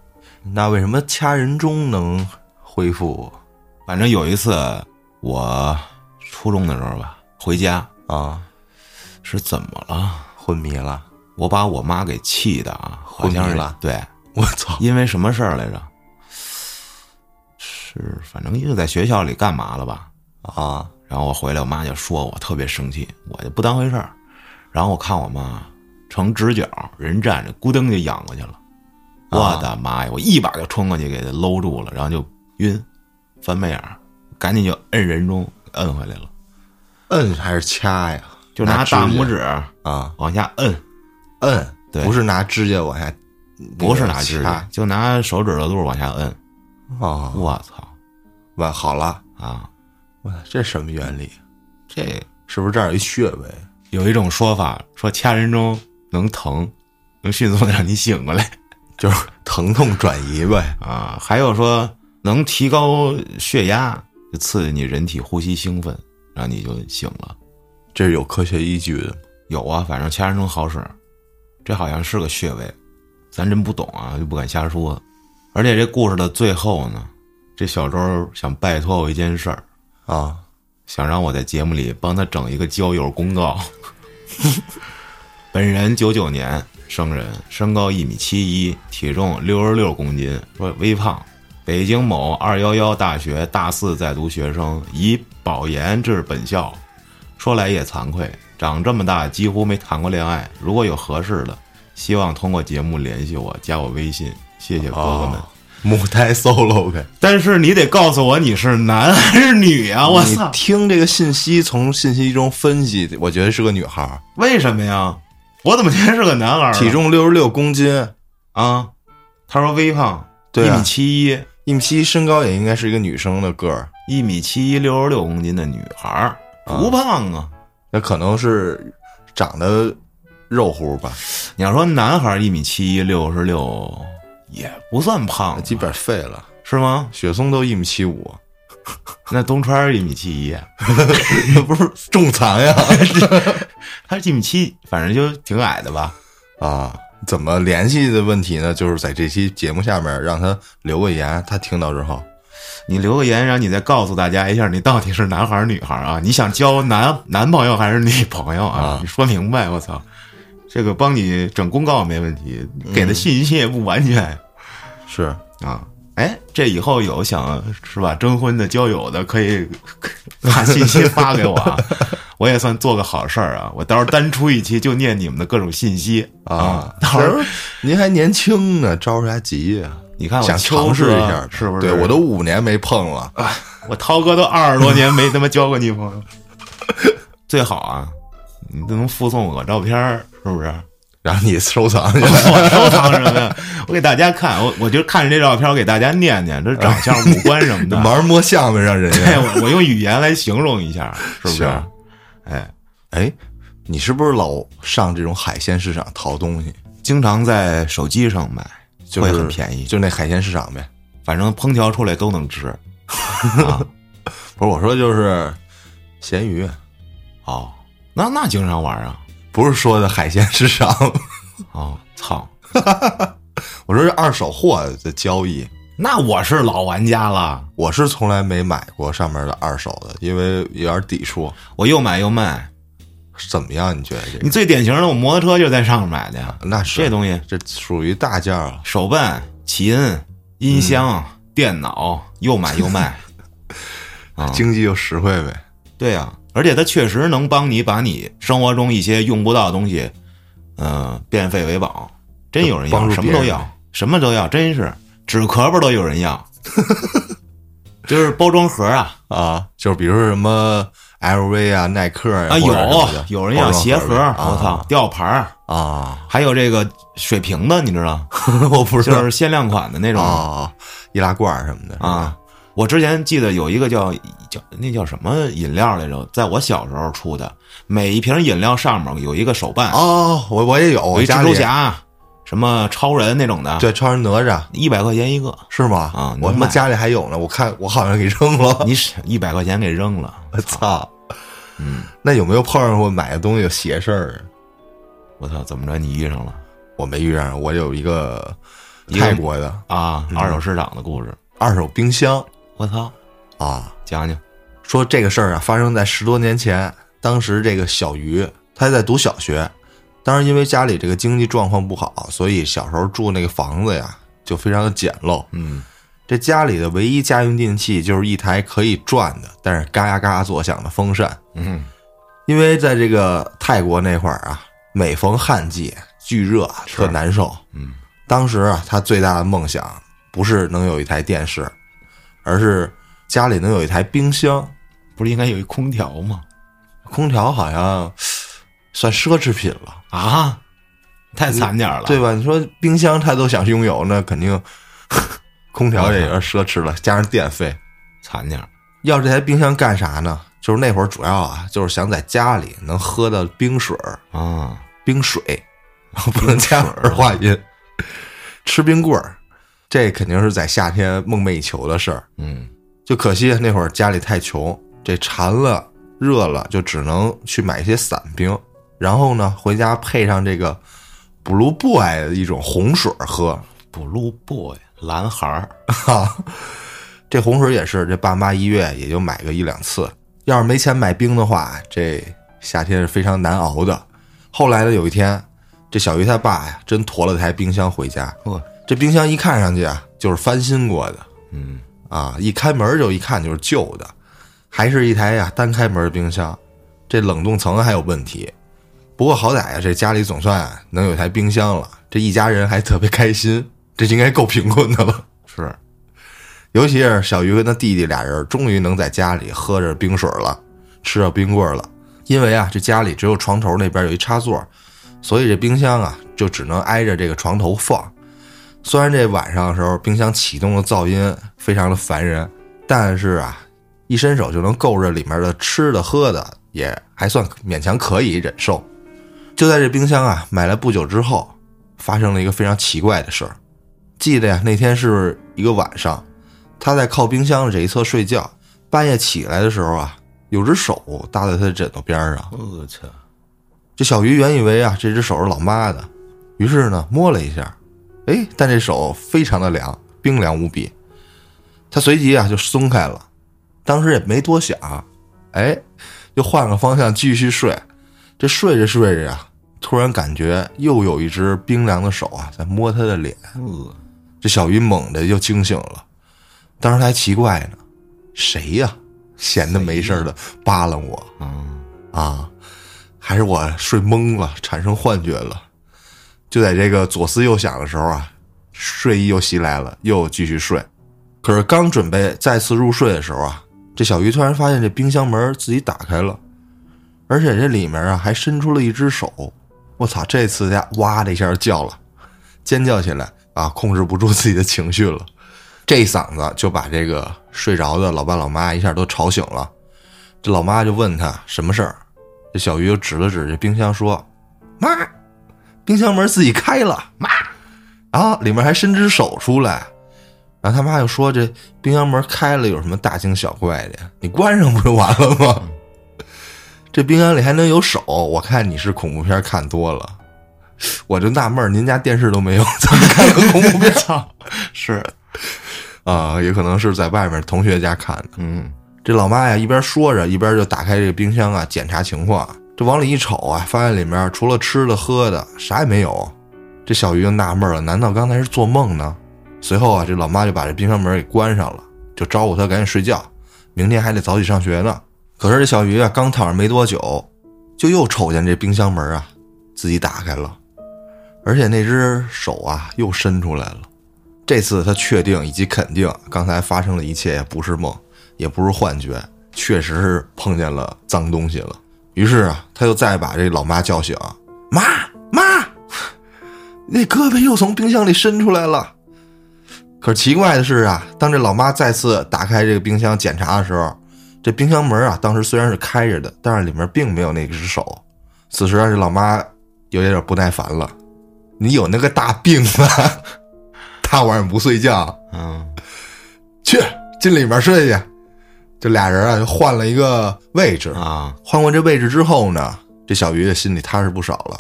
那为什么掐人中能恢复反正有一次，我初中的时候吧，回家啊？是怎么了？昏迷了？我把我妈给气的啊，好昏迷像是了对， *laughs* 我操！因为什么事儿来着？是反正又在学校里干嘛了吧？啊，然后我回来，我妈就说我特别生气，我就不当回事儿。然后我看我妈成直角人站着，咕噔就仰过去了。啊我的妈呀！我一把就冲过去给她搂住了，然后就晕，翻白眼儿，赶紧就摁人中，摁回来了，摁还是掐呀？就拿指甲大拇指啊，往下摁，摁，对不是拿指甲往下，不是拿指甲啊，就拿手指头肚儿往下摁。。哦我操完好了，啊！哇，这什么原理？这是不是这儿有一穴位？有一种说法说掐人中能疼，能迅速的让你醒过来。就是疼痛转移呗？啊，还有说能提高血压，就刺激你人体呼吸兴奋，然后你就醒了。这是有科学依据的。有啊，反正掐人中好使，这好像是个穴位，咱真不懂啊，就不敢瞎说。而且这故事的最后呢，这小周想拜托我一件事儿，啊，想让我在节目里帮他整一个交友公告。 *laughs* 本人九九年生人，身高一米七一，体重六十六公斤，说微胖，北京某二幺幺大学大四在读学生，以保研至本校。说来也惭愧，长这么大几乎没谈过恋爱。如果有合适的，希望通过节目联系我，加我微信。谢谢哥哥们。哦母胎 solo 呗。但是你得告诉我你是男还是女啊！我你操，听这个信息，从信息中分析，我觉得是个女孩儿，为什么呀？我怎么觉得是个男孩儿啊？体重六十六公斤，啊？他说微胖，对一啊米七一，一米七，身高也应该是一个女生的个儿。一米七一，六十六公斤的女孩儿，不胖啊。那可能是长得肉乎吧，你要说男孩一米七一，六十六也不算胖啊，基本废了。是吗？雪松都一米七五， *laughs* 那东川一米七一，不是重残呀？ *laughs* 他一米七，反正就挺矮的吧。啊，怎么联系的问题呢？就是在这期节目下面让他留个言，他听到之后，你留个言，然后你再告诉大家一下，你到底是男孩儿女孩儿啊？你想交男男朋友还是女朋友啊啊？你说明白，我操！这个帮你整公告没问题，给的信息也不完全、是啊。哎，这以后有想是吧征婚的、交友的，可以 *laughs* 把信息发给我啊。我也算做个好事儿啊！我到时候单出一期，就念你们的各种信息啊，到时候候您还年轻呢，着啥急呀、你看我想秋尝试哥一下，是不是？啊对我都五年没碰了，我涛哥都二十多年没他妈交过女朋 *laughs* 友，最好啊，你都能附送我个照片儿，是不 *laughs* 是？然后你收藏去了。我收藏什么呀？我给大家看，我我就看着这照片，我给大家念念这长哎相、五官什么 *laughs* 的。忙着摸下面让人哎，家， *laughs* 我我用语言来形容一下，是不是行？哎，哎，你是不是老上这种海鲜市场淘东西？经常在手机上买，就是会很便宜，就那海鲜市场呗。反正烹调出来都能 *laughs* 吃。啊，不是我说就是咸鱼，哦，那那经常玩啊。不是说的海鲜市场， *laughs* 哦，操，我说是二手货的交易。那我是老玩家了。我是从来没买过上面的二手的，因为有点抵触。我又买又卖，怎么样？你觉得这你个？最典型的，我摩托车就在上面买的呀。那是这东西，这属于大件儿了。啊手办、琴、音嗯箱、电脑，又买又 *laughs* 卖。啊，经济又实惠呗。对呀、而且它确实能帮你把你生活中一些用不到的东西，嗯、变废为宝。真有人帮要，助什么别都人要，什么都要，真是纸壳儿都有人 *laughs* 要，就是包装盒啊啊，就是比如说什么 LV 啊、耐克呀啊，或者什么有的有人要包装鞋盒儿，啊我操，吊牌儿，啊！还有这个水瓶子，你知道， *laughs* 我不知就道是限量款的那种啊，易拉罐儿什么的是吧啊，我之前记得有一个叫叫那叫什么饮料来着，在我小时候出的，每一瓶饮料上面有一个手办，哦，我我也有，有我一家蜘里蛛侠，什么超人那种的，，对，超人哪吒一百块钱一个，是吗？啊我他妈能买家里还有呢，我看我好像给扔了。你 *laughs* 一百块钱给扔了，我 *laughs* 操！嗯，那有没有碰上过买的东西有邪事儿？我操，怎么着你遇上了我没遇上，我有一个一个泰国的啊？二手市场的故事，二手冰箱我操，啊，讲讲，说这个事儿啊发生在十多年前，当时这个小鱼他还在读小学，当时因为家里这个经济状况不好，所以小时候住那个房子呀就非常的简陋，嗯，这家里的唯一家用电器就是一台可以转的，但是嘎呀嘎呀作响的风扇。嗯，因为在这个泰国那块儿啊，每逢旱季巨热，啊特难受。嗯，当时啊，他最大的梦想不是能有一台电视，而是家里能有一台冰箱。不是应该有一空调吗？空调好像算奢侈品了，啊，太惨点儿了，对吧？你说冰箱他都想拥有，那肯定 *laughs* 空调也有点奢侈了，加上电费。惨点儿，要这台冰箱干啥呢？就是那会儿主要啊，就是想在家里能喝到冰水儿啊，冰水， *laughs* 不能加儿化音。吃冰棍儿，这肯定是在夏天梦寐以求的事儿。嗯，就可惜啊那会儿家里太穷，这馋了热了，就只能去买一些散冰，然后呢回家配上这个 Blue Boy 的一种红水儿喝。 blue boy 蓝孩儿，哈，这红水也是，这爸妈一月也就买个一两次。要是没钱买冰的话，这夏天是非常难熬的。后来呢，有一天，这小鱼他爸呀，真驮了台冰箱回家。呵，这冰箱一看上去啊，就是翻新过的嗯，啊，一开门就一看就是旧的，还是一台呀单开门的冰箱，这冷冻层还有问题。不过好歹呀，这家里总算啊能有台冰箱了，这一家人还特别开心，这应该够贫困的了。是，尤其是小鱼跟他弟弟俩人，终于能在家里喝着冰水了，吃着冰棍儿了。因为啊，这家里只有床头那边有一插座，所以这冰箱啊就只能挨着这个床头放。虽然这晚上的时候冰箱启动的噪音非常的烦人，但是啊，一伸手就能够着里面的吃的喝的，也还算勉强可以忍受。就在这冰箱啊买来不久之后，发生了一个非常奇怪的事儿。记得呀，那天是一个晚上，他在靠冰箱的这一侧睡觉，半夜起来的时候啊，有只手搭在他的枕头边上。我操，这小鱼原以为啊这只手是老妈的，于是呢摸了一下，哎，但这手非常的凉，冰凉无比。他随即啊就松开了，当时也没多想，哎，就换个方向继续睡。这睡着睡着啊，突然感觉又有一只冰凉的手啊在摸他的脸。呃，这小鱼猛地就惊醒了，当时他还奇怪呢，谁呀、闲的没事儿的扒拉我啊，啊？还是我睡懵了，产生幻觉了？就在这个左思右想的时候啊，睡意又袭来了，又继续睡。可是刚准备再次入睡的时候啊，这小鱼突然发现这冰箱门自己打开了，而且这里面啊还伸出了一只手。我操！这次家哇的一下叫了，尖叫起来啊，控制不住自己的情绪了。这一嗓子就把这个睡着的老爸老妈一下都吵醒了。这老妈就问他什么事儿，这小鱼就指了指这冰箱说：“妈，冰箱门自己开了，妈。”然后里面还伸只手出来，然后他妈就说：“这冰箱门开了有什么大惊小怪的呀？你关上不就完了吗？这冰箱里还能有手？我看你是恐怖片看多了。”我就纳闷儿，您家电视都没有，咱们看个恐怖片操，是，啊、也可能是在外面同学家看的。嗯，这老妈呀，一边说着，一边就打开这个冰箱啊，检查情况。这往里一瞅啊，发现里面除了吃的喝的啥也没有。这小鱼就纳闷了，难道刚才是做梦呢？随后啊，这老妈就把这冰箱门给关上了，就招呼他赶紧睡觉，明天还得早起上学呢。可是这小鱼啊，刚躺上没多久，就又瞅见这冰箱门啊自己打开了，而且那只手啊又伸出来了。这次他确定以及肯定，刚才发生的一切也不是梦，也不是幻觉，确实是碰见了脏东西了。于是啊，他又再把这老妈叫醒，妈妈，那胳膊又从冰箱里伸出来了。可是奇怪的是啊，当这老妈再次打开这个冰箱检查的时候，这冰箱门啊，当时虽然是开着的，但是里面并没有那只手。此时啊，这老妈有点不耐烦了，你有那个大病吧？ *laughs* 大晚上不睡觉，嗯，去进里面睡去。这俩人啊，就换了一个位置。啊，换过这位置之后呢，这小鱼就心里踏实不少了，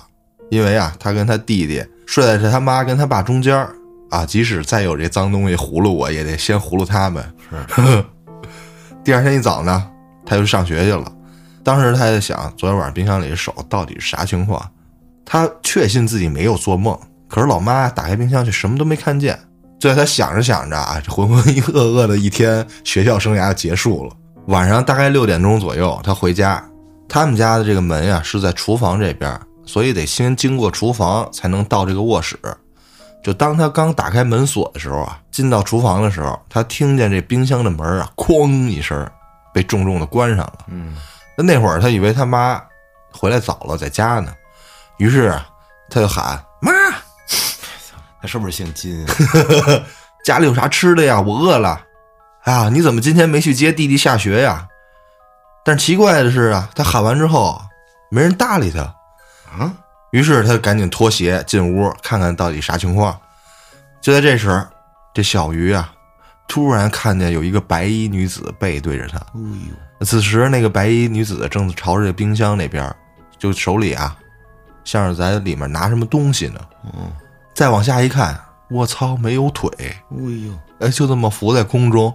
因为啊，他跟他弟弟睡在是他妈跟他爸中间儿啊，即使再有这脏东西葫芦我，也得先葫芦他们。是。 *laughs* 第二天一早呢，他就上学去了。当时他在想，昨天晚上冰箱里的手到底是啥情况？他确信自己没有做梦，可是老妈打开冰箱却什么都没看见。就在他想着想着啊，这浑浑噩噩的一天，学校生涯就结束了。晚上大概六点钟左右，他回家，他们家的这个门呀、是在厨房这边，所以得先经过厨房才能到这个卧室。就当他刚打开门锁的时候啊，进到厨房的时候，他听见这冰箱的门啊哐一声被重重的关上了。嗯，那那会儿他以为他妈回来早了，在家呢，于是啊他就喊妈，他是不是姓金啊？家里有啥吃的呀？我饿了。啊，你怎么今天没去接弟弟下学呀？但是奇怪的是啊，他喊完之后没人搭理他， *laughs* 啊，于是他赶紧脱鞋进屋看看到底啥情况。就在这时，这小鱼啊，突然看见有一个白衣女子背对着他。哎呦，此时，那个白衣女子正朝着冰箱那边，就手里啊，像是在里面拿什么东西呢。嗯，再往下一看，我操，没有腿，哎呦，哎，就这么浮在空中。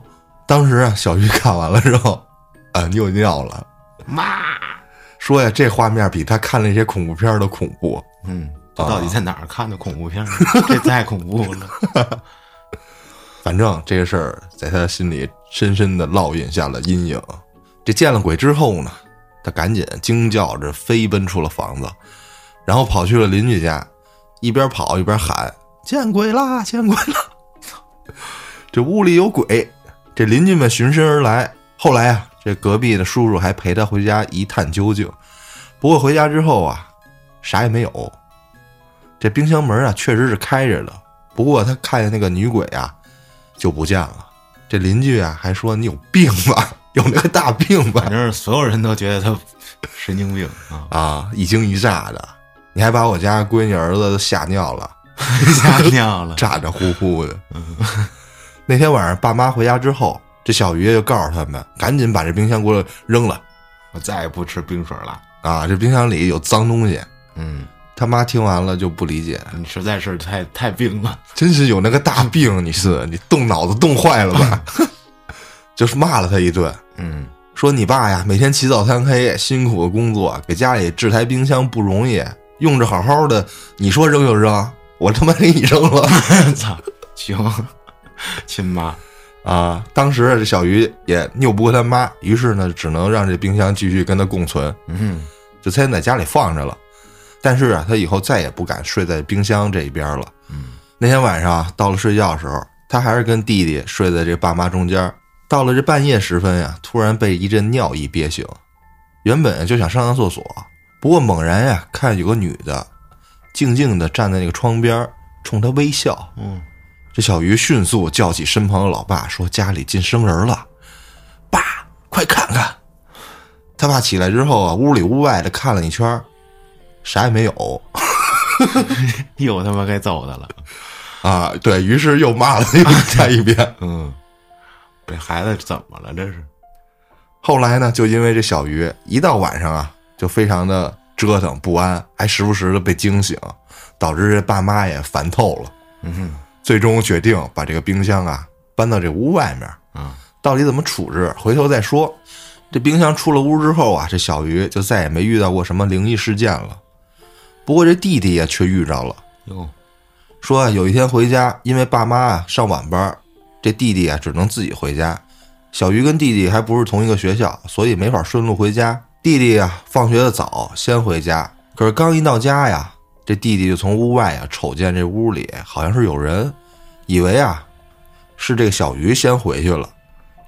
当时啊，小鱼看完了之后，啊，又尿了，妈，说呀，这画面比他看那些恐怖片儿都恐怖。嗯，这到底在哪儿看的恐怖片儿？ *laughs* 这太恐怖了。反正这个事儿在他心里深深的烙印下了阴影。这见了鬼之后呢，他赶紧惊叫着飞奔出了房子，然后跑去了邻居家，一边跑一边喊：“见鬼啦！见鬼啦！” *laughs* 这屋里有鬼！这邻居们循声而来。后来啊，这隔壁的叔叔还陪他回家一探究竟。不过回家之后啊，啥也没有。这冰箱门啊，确实是开着的。不过他看见那个女鬼啊，就不见了。这邻居啊还说你有病吧， *laughs* 有那个大病吧，反？正所有人都觉得他神经病啊啊，一惊一乍的，你还把我家闺女儿子都吓尿了， *laughs* 吓尿了。咋咋呼呼的。嗯 *laughs* 那天晚上爸妈回家之后，这小鱼就告诉他们，赶紧把这冰箱给我扔了我再也不吃冰水了。啊！这冰箱里有脏东西。嗯，他妈听完了就不理解，你实在是太太病了。真是有那个大病，你是你动脑子动坏了吧？ *laughs* 就是骂了他一顿，嗯， *laughs* 说你爸呀，每天起早贪黑，辛苦的工作，给家里制台冰箱不容易，用着好好的，你说扔就扔，我他妈给你扔了。操，行，亲妈，啊，当时这小鱼也拗不过他妈，于是呢，只能让这冰箱继续跟他共存，嗯，就天天在家里放着了。但是啊，他以后再也不敢睡在冰箱这一边了。嗯，那天晚上啊到了睡觉的时候，他还是跟弟弟睡在这爸妈中间。到了这半夜时分呀、突然被一阵尿意憋醒，原本就想上趟厕所，不过猛然呀、看有个女的静静的站在那个窗边，冲他微笑。嗯，这小鱼迅速叫起身旁的老爸，说：“家里进生人了，爸，快看看！”他爸起来之后啊，屋里屋外的看了一圈，啥也没有又他妈该揍他了。啊。对于是又骂了又他一遍。 *laughs* 嗯，这孩子怎么了？这是，后来呢，就因为这小鱼一到晚上啊，就非常的折腾不安，还时不时的被惊醒，导致这爸妈也烦透了。嗯最终决定把这个冰箱啊搬到这屋外面，啊，到底怎么处置，回头再说。这冰箱出了屋之后啊，这小鱼就再也没遇到过什么灵异事件了。不过这弟弟呀，却遇着了，哟，说啊，有一天回家，因为爸妈啊上晚班儿，这弟弟啊只能自己回家。小鱼跟弟弟还不是同一个学校，所以没法顺路回家。弟弟啊放学的早，先回家。可是刚一到家呀，这弟弟就从屋外啊瞅见这屋里好像是有人，以为啊是这个小鱼先回去了，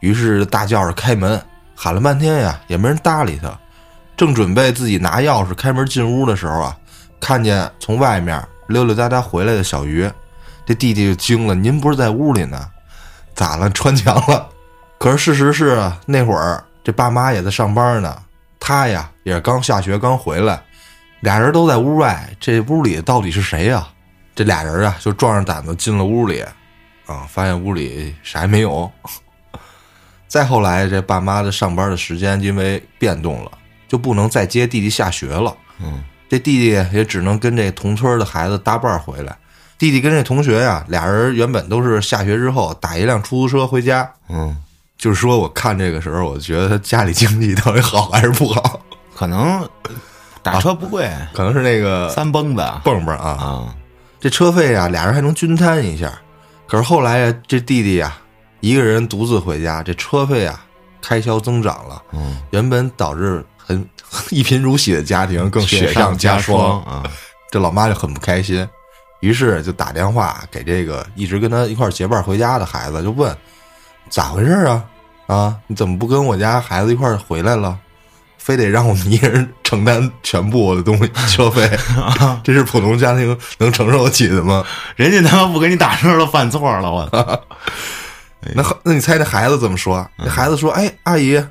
于是大叫着开门，喊了半天呀也没人搭理他。正准备自己拿钥匙开门进屋的时候啊，看见从外面溜溜达达回来的小鱼，这弟弟就惊了：“您不是在屋里呢？咋了？穿墙了？”可是事实是啊，那会儿这爸妈也在上班呢，他呀也是刚下学刚回来，俩人都在屋外，这屋里到底是谁呀、这俩人啊就壮着胆子进了屋里，啊，发现屋里啥也没有。再后来，这爸妈的上班的时间因为变动了，就不能再接弟弟下学了。嗯，这弟弟也只能跟这同村的孩子搭伴儿回来。弟弟跟这同学呀、俩人原本都是下学之后打一辆出租车回家。嗯，就是说，我看这个时候，我觉得他家里经济到底好还是不好？可能打车不贵，可能是那个三蹦子蹦蹦啊，啊，这车费啊，俩人还能均摊一下。可是后来呀、这弟弟呀、一个人独自回家，这车费啊开销增长了，嗯，原本导致很 *laughs* 一贫如洗的家庭更雪上上加霜。啊，这老妈就很不开心，于是就打电话给这个一直跟他一块儿结伴回家的孩子，就问咋回事儿啊？啊，你怎么不跟我家孩子一块儿回来了？非得让我们一人承担全部的东西车费，这是普通家庭能承受得起的吗？人家他妈不给你打车都犯错了，我操！那后那你猜那孩子怎么说？那孩子说：“哎，阿姨，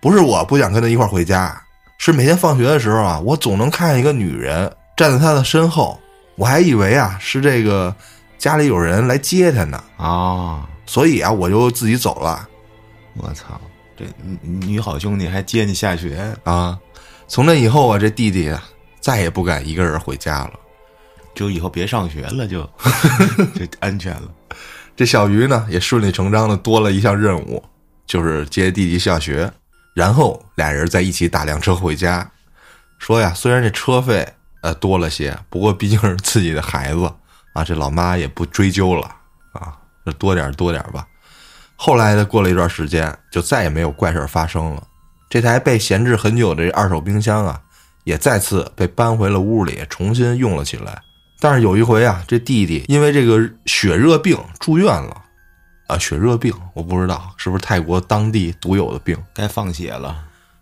不是我不想跟他一块儿回家，是每天放学的时候啊，我总能看见一个女人站在他的身后，我还以为啊是这个家里有人来接他呢，啊，所以啊我就自己走了我操！这女女好兄弟还接你下学，啊。从那以后啊，这弟弟啊再也不敢一个人回家了。就以后别上学了，就 *laughs* 就安全了。这小鱼呢也顺理成章的多了一项任务，就是接弟弟下学，然后俩人在一起打辆车回家。说呀，虽然这车费呃多了些，不过毕竟是自己的孩子啊，这老妈也不追究了啊，就多点儿多点儿吧。后来呢，过了一段时间，就再也没有怪事儿发生了。这台被闲置很久的这二手冰箱啊，也再次被搬回了屋里，重新用了起来。但是有一回啊，这弟弟因为这个血热病住院了，啊，血热病我不知道是不是泰国当地独有的病，该放血了，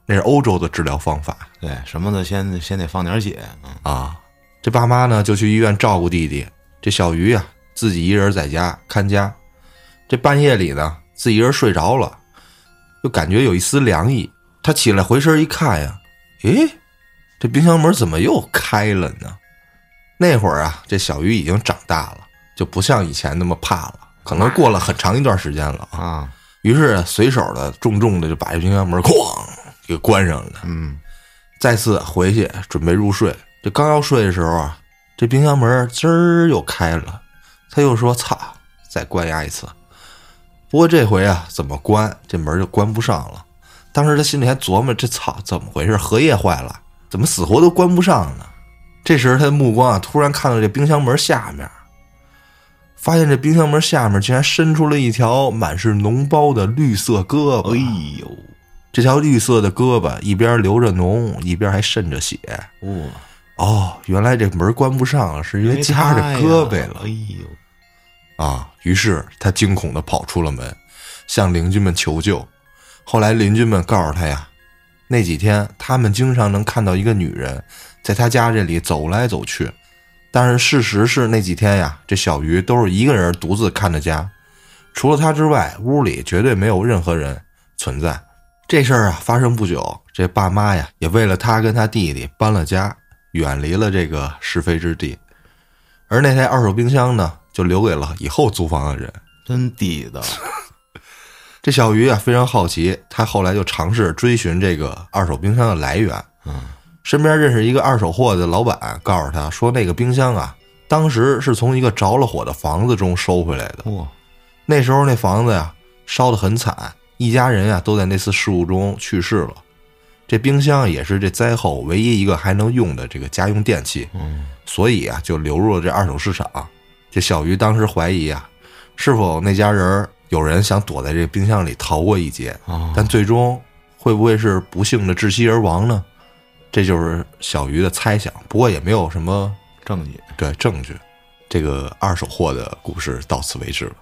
那是欧洲的治疗方法对，什么的先先得放点血，嗯啊。这爸妈呢就去医院照顾弟弟，这小鱼啊自己一人在家看家。这半夜里呢，自己一人睡着了，就感觉有一丝凉意。他起来回身一看呀，诶，这冰箱门怎么又开了呢？那会儿啊，这小鱼已经长大了，就不像以前那么怕了，可能过了很长一段时间了啊。啊，于是随手的重重的就把这冰箱门哐给关上了。嗯，再次回去准备入睡，这刚要睡的时候啊，这冰箱门吱儿又开了，他又说：“操，再关压一次。”不过这回啊，怎么关这门就关不上了。当时他心里还琢磨：“这操，怎么回事？荷叶坏了，怎么死活都关不上呢？”这时他的目光啊，突然看到这冰箱门下面，发现这冰箱门下面竟然伸出了一条满是脓包的绿色胳膊。哎呦，这条绿色的胳膊一边流着脓，一边还渗着血。哇，哦，原来这门关不上了，是因为夹着胳膊了哎呦，啊！于是他惊恐地跑出了门，向邻居们求救。后来邻居们告诉他呀，那几天他们经常能看到一个女人在他家这里走来走去，但是事实是那几天呀，这小鱼都是一个人独自看着家，除了他之外，屋里绝对没有任何人存在。这事儿啊发生不久，这爸妈呀也为了他跟他弟弟搬了家，远离了这个是非之地，而那台二手冰箱呢，就留给了以后租房的人。真地道，这小鱼啊非常好奇，他后来就尝试追寻这个二手冰箱的来源。嗯，身边认识一个二手货的老板，告诉他说，那个冰箱啊，当时是从一个着了火的房子中收回来的。哇，那时候那房子呀、烧得很惨，一家人呀、啊都在那次事故中去世了。这冰箱啊也是这灾后唯一一个还能用的这个家用电器，嗯，所以啊就流入了这二手市场。这小鱼当时怀疑啊，是否那家人儿有人想躲在这冰箱里逃过一劫，啊，但最终会不会是不幸的窒息而亡呢？这就是小鱼的猜想，不过也没有什么证据，对证据。这个二手货的故事到此为止了。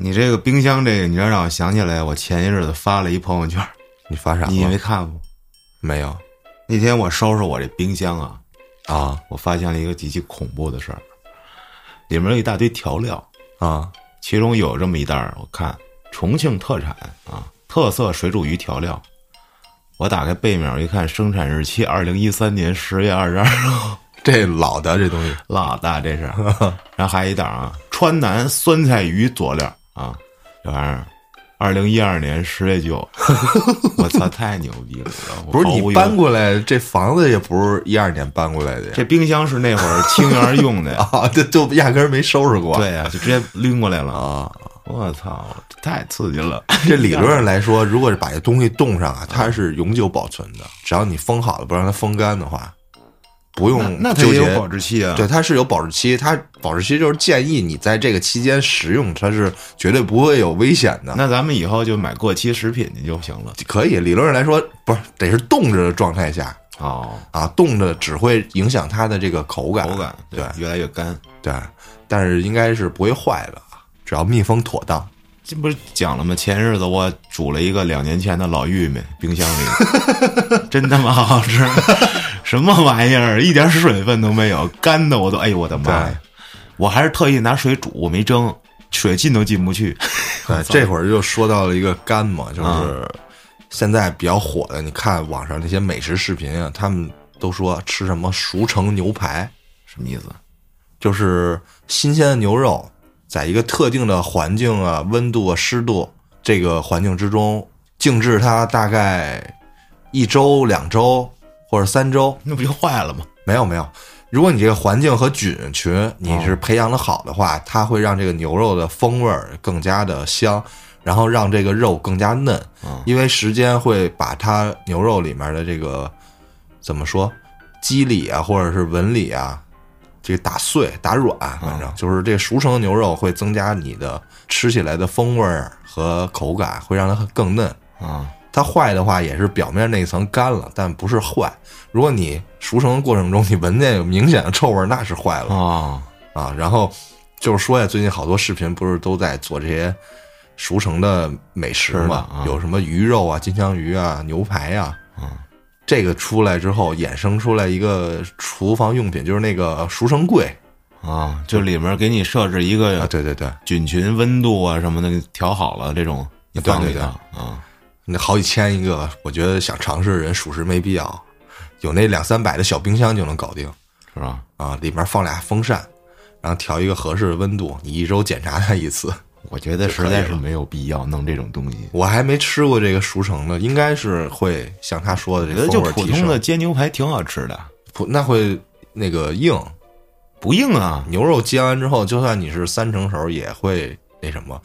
你这个冰箱这个，你要让我想起来，我前一阵子发了一朋友圈，你发啥了？你没看过？没有那天我收拾我这冰箱啊，啊我发现了一个极其恐怖的事儿，里面有一大堆调料，啊其中有这么一袋儿，我看重庆特产啊，特色水煮鱼调料。我打开背面一看，生产日期二零一三年十月二十二号，这老的这东西，老大啊 *laughs* 这是。然后还一档啊，川南酸菜鱼佐料啊，这玩意儿，二零一二年十月 *laughs* 九，我操，太牛逼了！我不是毫无你疑问搬过来，这房子也不是一二年搬过来的呀，这冰箱是那会儿清源用 *laughs* 的呀，啊，这都压根儿没收拾过。对呀、就直接拎过来了。啊，我操，这太刺激了！这理论 *laughs* 上来说，如果是把这东西冻上啊，它是永久保存的，只要你封好了，不让它风干的话， *laughs* 不那用那它纠也有结保质期啊。对，它是有保质期，它保质期就是建议你在这个期间食用，它是绝对不会有危险的。那咱们以后就买过期食品去就行了。可以，理论上来说，不是得是冻着的状态下哦，啊，冻着只会影响它的这个口感，口感对越来越干。对，但是应该是不会坏的，啊只要密封妥当。这不是讲了吗？前日子我煮了一个两年前的老玉米，冰箱里， *laughs* 真他妈好吃，什么玩意儿，一点水分都没有，干的我都，哎呦我的妈呀！我还是特意拿水煮，我没蒸，水进都进不去。对，这会儿又说到了一个干嘛，就是现在比较火的，你看网上那些美食视频啊，他们都说吃什么熟成牛排，什么意思？就是新鲜的牛肉，在一个特定的环境啊、温度啊、湿度这个环境之中静置它大概一周、两周或者三周，那不就坏了吗？没有没有。如果你这个环境和菌群你是培养的好的话，它会让这个牛肉的风味儿更加的香，然后让这个肉更加嫩嗯，因为时间会把它牛肉里面的这个怎么说肌理啊，或者是纹理啊，这个打碎打软，反正就是这个熟成的牛肉会增加你的吃起来的风味儿和口感，会让它更嫩。啊，它坏的话也是表面那一层干了，但不是坏。如果你熟成的过程中你闻见有明显的臭味儿，那是坏了哦，啊。然后就是说呀，最近好多视频不是都在做这些熟成的美食是的嘛，啊嗯有什么鱼肉啊、金枪鱼啊、牛排啊。这个出来之后，衍生出来一个厨房用品，就是那个熟成柜啊，就里面给你设置一啊，个对对对，菌群温度啊什么的，给你调好了这种，你放对里对头啊。那好几千一个，我觉得想尝试的人属实没必要，有那两三百的小冰箱就能搞定。是吧？啊，里面放俩风扇，然后调一个合适的温度，你一周检查它一次。我觉得实在是没有必要弄这种东西。我还没吃过这个熟成的，应该是会像他说的我这觉得就个风味普提通升的，煎牛排挺好吃的，普那会那个硬。不硬啊。牛肉煎完之后，就算你是三成熟，也会那什么。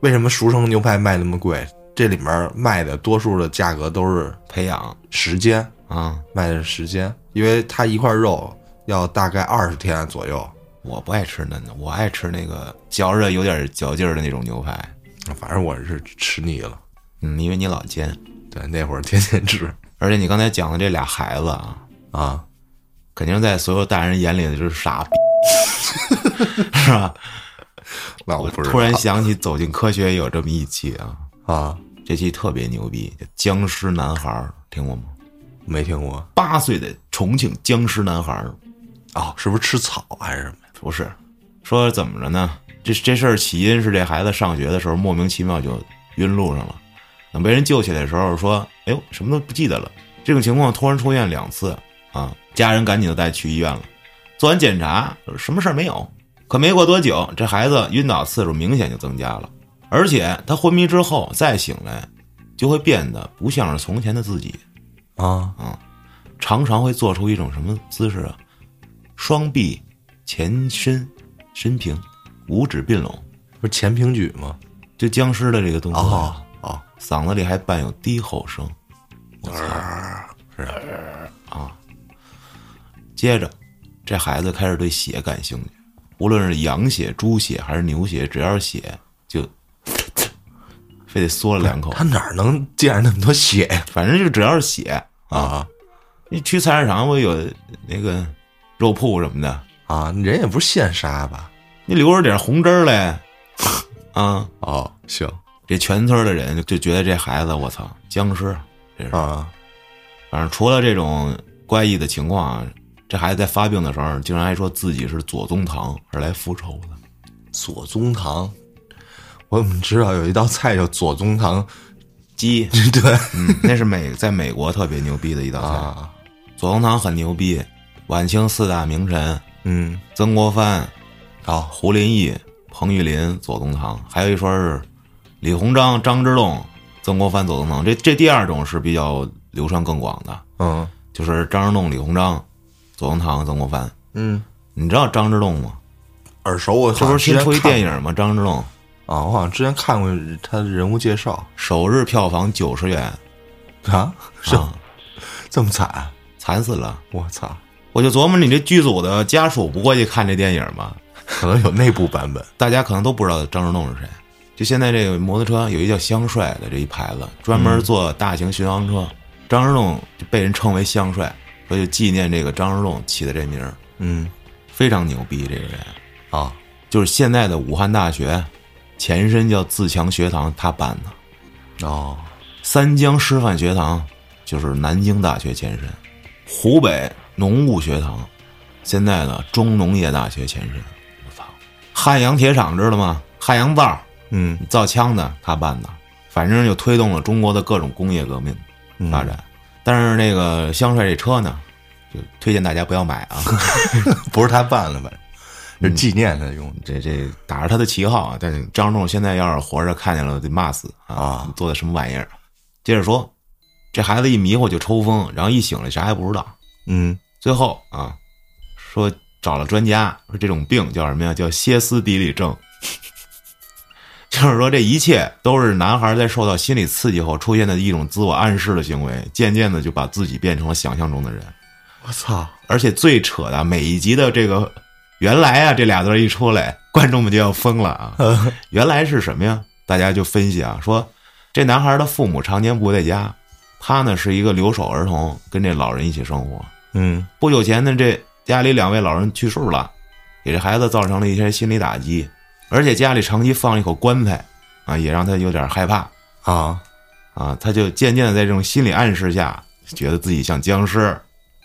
为什么熟成牛排卖那么贵？这里面卖的多数的价格都是培养时间，啊，卖的是时间，因为它一块肉要大概二十天左右，我不爱吃嫩的，我爱吃那个嚼着有点嚼劲儿的那种牛排。反正我是吃腻了。嗯，因为你老煎，对，那会儿天天吃而且你刚才讲的这俩孩子啊，啊，肯定在所有大人眼里就是傻逼，是吧？那我不知道突然想起《走进科学》有这么一期啊，啊，这期特别牛逼，叫《僵尸男孩》，儿》，听过吗？没听过八岁的重庆僵尸男孩儿哦，是不是吃草还是什么呀？不是，说怎么着呢？这这事儿起因是这孩子上学的时候莫名其妙就晕路上了，等被人救起来的时候说：“哎呦，什么都不记得了。”这种情况突然出现两次啊，家人赶紧就带去医院了，做完检查什么事儿没有。可没过多久，这孩子晕倒次数明显就增加了，而且他昏迷之后再醒来，就会变得不像是从前的自己，啊，常常会做出一种什么姿势啊？双臂前伸，伸平，五指并拢，不是前平举吗？就僵尸的这个动作、哦哦，嗓子里还伴有低吼声。呃啊接着，这孩子开始对血感兴趣，无论是羊血、猪血还是牛血，只要是血就非得嗦了两口他，哪儿能见着那么多血呀？反正就只要是血。啊你去菜市场，我有那个肉铺什么的，啊，人也不是现杀吧？你留着点红汁儿来， *laughs* 啊，哦，行这全村的人就觉得这孩子，我操，僵尸！这是，啊，反正除了这种怪异的情况啊，这孩子在发病的时候，竟然还说自己是左宗棠，是来复仇的。左宗棠，我怎么知道有一道菜叫左宗棠？鸡， *laughs* 对嗯，那是美在美国特别牛逼的一道菜。啊，左宗棠很牛逼，晚清四大名臣嗯，曾国藩、好，胡林翼、彭玉麟、左宗棠，还有一说是李鸿章、张之洞、曾国藩、左宗棠。这这第二种是比较流传更广的，嗯就是张之洞、李鸿章、左宗棠、曾国藩。嗯，你知道张之洞吗？耳熟我这不好像是之新前出一看电影吗？张之洞啊，我好像之前看过他的人物介绍首日票房九十元，啊， *laughs* 是啊、 *laughs* 这么惨，啊惨死了！我操，我就琢磨你这剧组的家属不过去看这电影吗？可能有内部版本，大家可能都不知道张之洞是谁。就现在这个摩托车有一叫香帅的这一牌子，专嗯门做大型巡洋车。张之洞就被人称为香帅，所以就纪念这个张之洞起的这名儿，嗯非常牛逼。这个人啊，就是现在的武汉大学，前身叫自强学堂，他办的；哦，三江师范学堂就是南京大学前身；湖北农务学堂，现在的中农业大学前身。我操！汉阳铁厂知道吗？汉阳造。嗯造枪的他办的，反正就推动了中国的各种工业革命嗯发展。但是那个香帅这车呢，就推荐大家不要买啊，不是他办的，反正是纪念他用的。这这打着他的旗号啊。但是张仲现在要是活着看见了得骂死啊你做的什么玩意儿？接着说，这孩子一迷糊就抽风，然后一醒来啥也不知道。嗯最后啊，说找了专家，说这种病叫什么呀？叫歇斯底里症。 *laughs* 就是说，这一切都是男孩在受到心理刺激后出现的一种自我暗示的行为，渐渐的就把自己变成了想象中的人。我操，而且最扯的，每一集的这个原来啊这俩字儿一出来，观众们就要疯了啊！原来是什么呀？大家就分析啊，说这男孩的父母常年不在家，他呢是一个留守儿童，跟这老人一起生活。嗯不久前呢，这家里两位老人去世了，给这孩子造成了一些心理打击，而且家里长期放一口棺材，啊，也让他有点害怕啊，啊。他就渐渐的在这种心理暗示下，觉得自己像僵尸，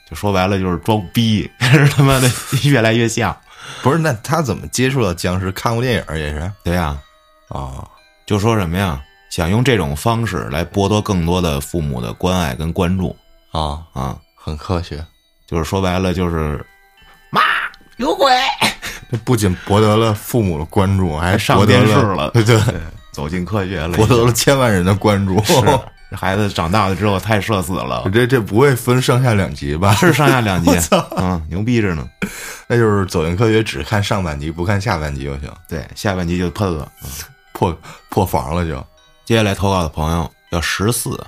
就说白了就是装逼， *laughs* 是他妈的越来越像。不是，那他怎么接触到僵尸？看过电影也是对呀、啊，就说什么呀，想用这种方式来剥夺更多的父母的关爱跟关注啊，啊，很科学。就是说白了就是这不仅博得了父母的关注，还上博得电视了 *laughs* 对对，走进科学 *laughs* 了已经。博得了千万人的关注。 *laughs* 是这孩子长大了之后太社死了，这这不会分上下两集 *laughs* 吧？是上下两集，嗯，牛逼着呢。那就是《走进科学》只看上半集，不看下半集就行，对，下半集就喷了。嗯破破防了就。接下来投稿的朋友叫十四，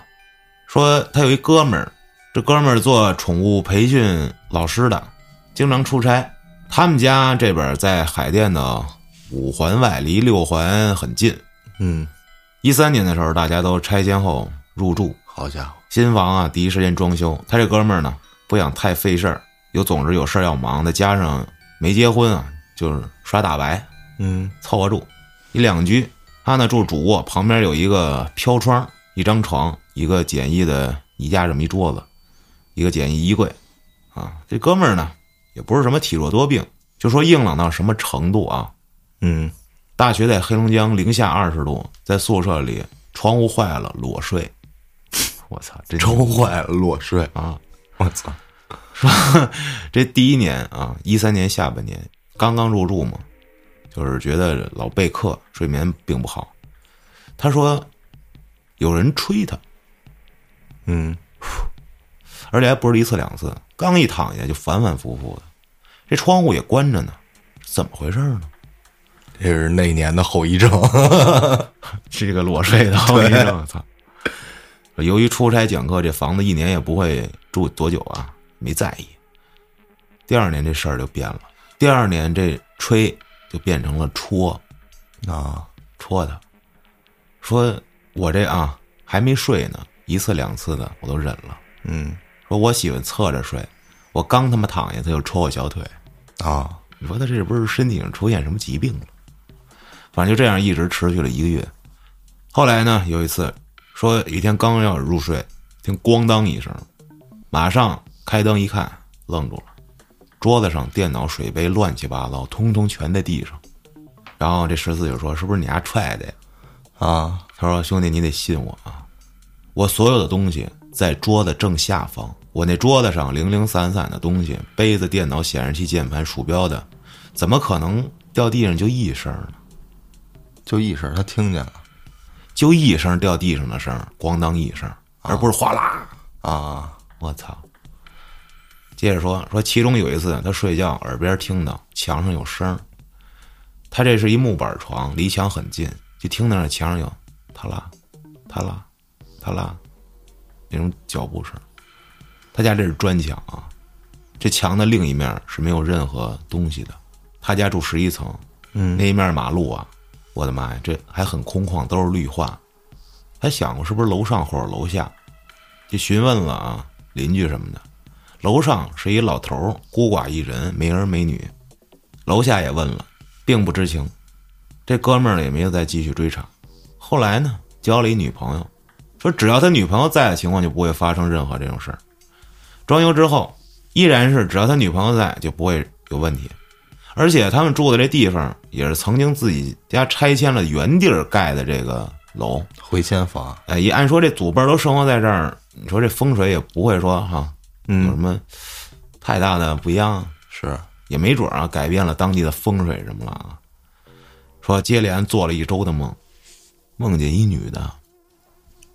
说他有一哥们儿，这哥们儿做宠物培训老师的，经常出差。他们家这边在海淀的五环外，离六环很近。嗯，一三年的时候，大家都拆迁后入住，好家伙，新房啊，第一时间装修。他这哥们儿呢，不想太费事儿，又总是有事儿要忙，再加上没结婚啊，就是耍打白，嗯凑合住，一两居。他呢住主卧，旁边有一个飘窗，一张床，一个简易的宜家这么一桌子，一个简易衣柜。啊，这哥们儿呢也不是什么体弱多病，就说硬朗到什么程度啊？嗯，大学在黑龙江零下二十度，在宿舍里窗户坏了裸睡。 *laughs* 我操， *laughs* 真抽坏了裸睡，啊！ *laughs* 我操！这第一年啊，一三年下半年刚刚入住嘛，就是觉得老备课，睡眠并不好。他说有人吹他，嗯而且还不是一次两次，刚一躺下就反反复复的。这窗户也关着呢，怎么回事呢？，这是那一年的后遗症。 *laughs* 这个裸睡的后遗症，我操！由于出差讲课，这房子一年也不会住多久啊，没在意。第二年这事儿就变了，第二年这吹就变成了戳，啊，戳他，说我这啊还没睡呢，一次两次的我都忍了。嗯说我喜欢侧着睡，我刚他妈躺下他就戳我小腿，啊，你说他这是不是身体上出现什么疾病了？反正就这样一直持续了一个月。后来呢，有一次说有一天刚要入睡，听咣当一声，马上开灯一看，愣住了，桌子上电脑、水杯乱七八糟，通通全在地上。然后这十四就说：“是不是你丫踹的呀？”啊，他说：“兄弟，你得信我啊！我所有的东西在桌子正下方，我那桌子上零零散散的东西，杯子、电脑、显示器、键盘、鼠标的，怎么可能掉地上就一声呢？就一声，他听见了就一声掉地上的声儿，咣当一声，而不是哗啦。啊，我操！接着说，说其中有一次他睡觉，耳边听到墙上有声儿。他这是一木板床，离墙很近，就听到那墙上有他啦、他啦、他啦那种脚步声。啊他家这是砖墙啊，这墙的另一面是没有任何东西的。他家住十一层，嗯那一面马路啊，我的妈呀，这还很空旷，都是绿化。还想过是不是楼上或者楼下，就询问了啊邻居什么的。楼上是一老头儿，孤寡一人，没儿没女。楼下也问了，并不知情。这哥们儿呢也没有再继续追查。后来呢，交了一女朋友，说只要他女朋友在的情况，就不会发生任何这种事儿。装修之后，依然是只要他女朋友在，就不会有问题。而且他们住的这地方也是曾经自己家拆迁了原地儿盖的这个楼，回迁房，哎，也按说这祖辈儿都生活在这儿，你说这风水也不会说哈、有什嗯，么太大的不一样，是也没准儿啊改变了当地的风水什么了啊。说接连做了一周的梦，梦见一女的，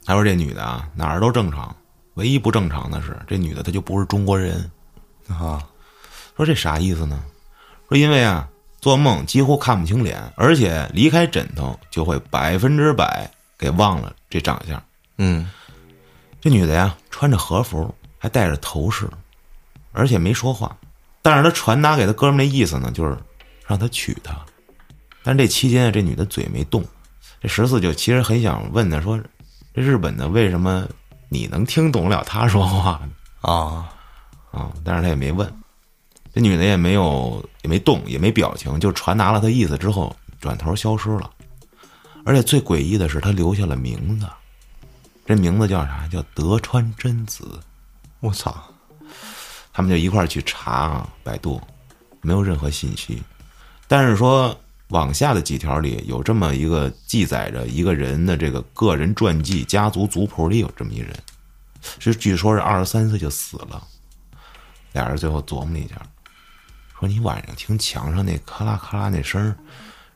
他说这女的啊哪儿都正常，唯一不正常的是这女的她就不是中国人。啊，说这啥意思呢？说因为啊，做梦几乎看不清脸，而且离开枕头就会百分之百给忘了这长相。嗯，这女的呀，穿着和服，还戴着头饰，而且没说话。但是她传达给她哥们儿那意思呢，就是让他娶她。但这期间啊，这女的嘴没动。这十四就其实很想问她说，这日本的为什么你能听懂了她说话呢？啊，啊，但是他也没问，这女的也没有也没动也没表情，就传达了他意思之后，转头消失了。而且最诡异的是，他留下了名字，这名字叫啥？叫德川真子。我操，他们就一块儿去查啊，百度，没有任何信息。但是说往下的几条里有这么一个记载着一个人的这个个人传记、家族族谱里有这么一人，是据说是二十三岁就死了。俩人最后琢磨了一下，说你晚上听墙上那咔啦咔啦那声儿，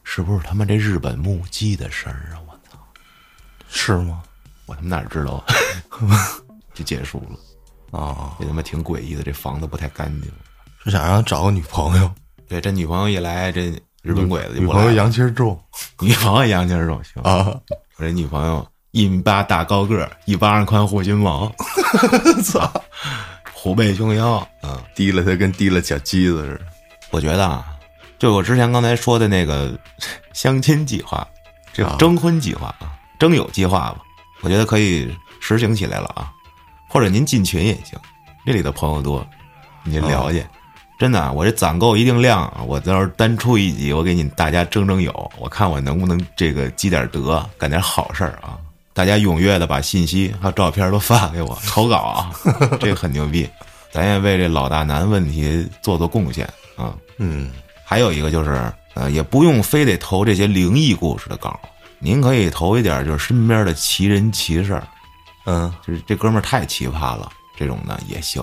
是不是他妈这日本木屐的声儿啊？我操！是吗？我他妈哪知道啊？ *laughs* 就结束了，啊，这他妈挺诡异的，这房子不太干净。是想让他找个女朋友，对，这女朋友一来，这日本鬼子就女不朋友来了。阳气儿重女朋友杨金荣，行 *laughs* 啊，我这女朋友一米八大高个儿，一巴掌宽护心毛， *laughs* 操，虎背熊腰啊！提了他跟提了小鸡子似的，我觉得啊，就我之前刚才说的那个相亲计划，这啊征婚计划啊，征友计划吧，我觉得可以实行起来了啊。或者您进群也行，这里的朋友多，你就了解。真的啊，我这攒够一定量啊，我到时候单出一集，我给你大家争争友，我看我能不能这个积点德，干点好事儿啊！大家踊跃的把信息还有照片都发给我，投稿啊，这个很牛逼，咱也为这老大难问题做做贡献啊！嗯，还有一个就是，呃，也不用非得投这些灵异故事的稿，您可以投一点就是身边的奇人奇事儿，嗯，就是这哥们儿太奇葩了，这种的也行，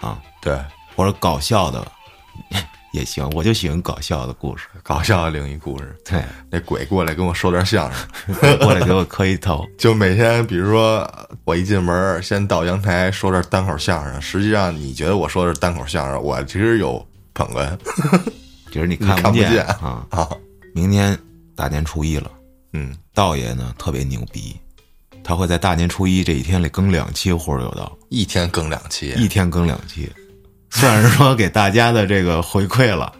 啊，对，或者搞笑的 *laughs* 也行，我就喜欢搞笑的故事。搞笑的灵异故事，对，那鬼过来跟我说段相声，过来给我磕一头，就每天，比如说我一进门儿，先到阳台说点单口相声。实际上，你觉得我说的是单口相声，我其实有捧 *laughs* 哏只是你看看不见啊。啊。明天大年初一了，嗯，道爷呢特别牛逼，他会在大年初一这一天里更两期《火儿有道一天更两》，期一天更两期，算是说给大家的这个回馈了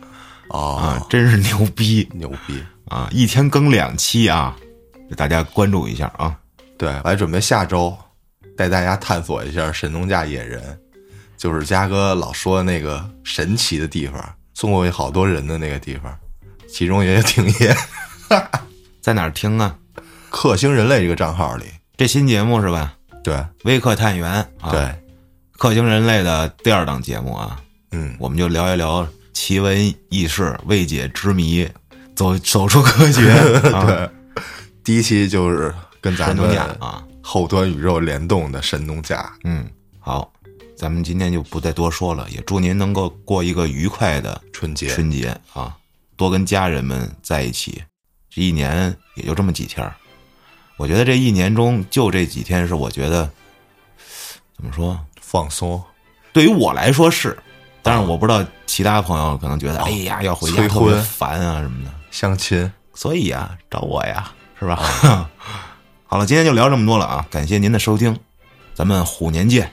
哦，啊，真是牛逼牛逼！啊！一天更两期啊，大家关注一下啊。对，我还准备下周带大家探索一下神农架野人，就是嘉哥老说的那个神奇的地方，送过去好多人的那个地方，其中也有挺爷在哪儿听啊？克星人类这个账号里。这新节目是吧？对微客探员啊，对，，克星人类的第二档节目啊，嗯，我们就聊一聊奇闻异事、未解之谜，走走出科 *laughs* 学，啊、第一期就是跟咱神农们架啊，后端宇宙联动的神农架。嗯，好，咱们今天就不再多说了，也祝您能够过一个愉快的春节春节啊，多跟家人们在一起。这一年也就这么几天儿，我觉得这一年中就这几天是我觉得怎么说，放松，对于我来说是，但是我不知道其他朋友可能觉得，哎呀，要回家哦催特婚别烦啊什么的。相亲，所以啊，找我呀，是吧？ *laughs* 啊好了，今天就聊这么多了啊，感谢您的收听，咱们虎年见。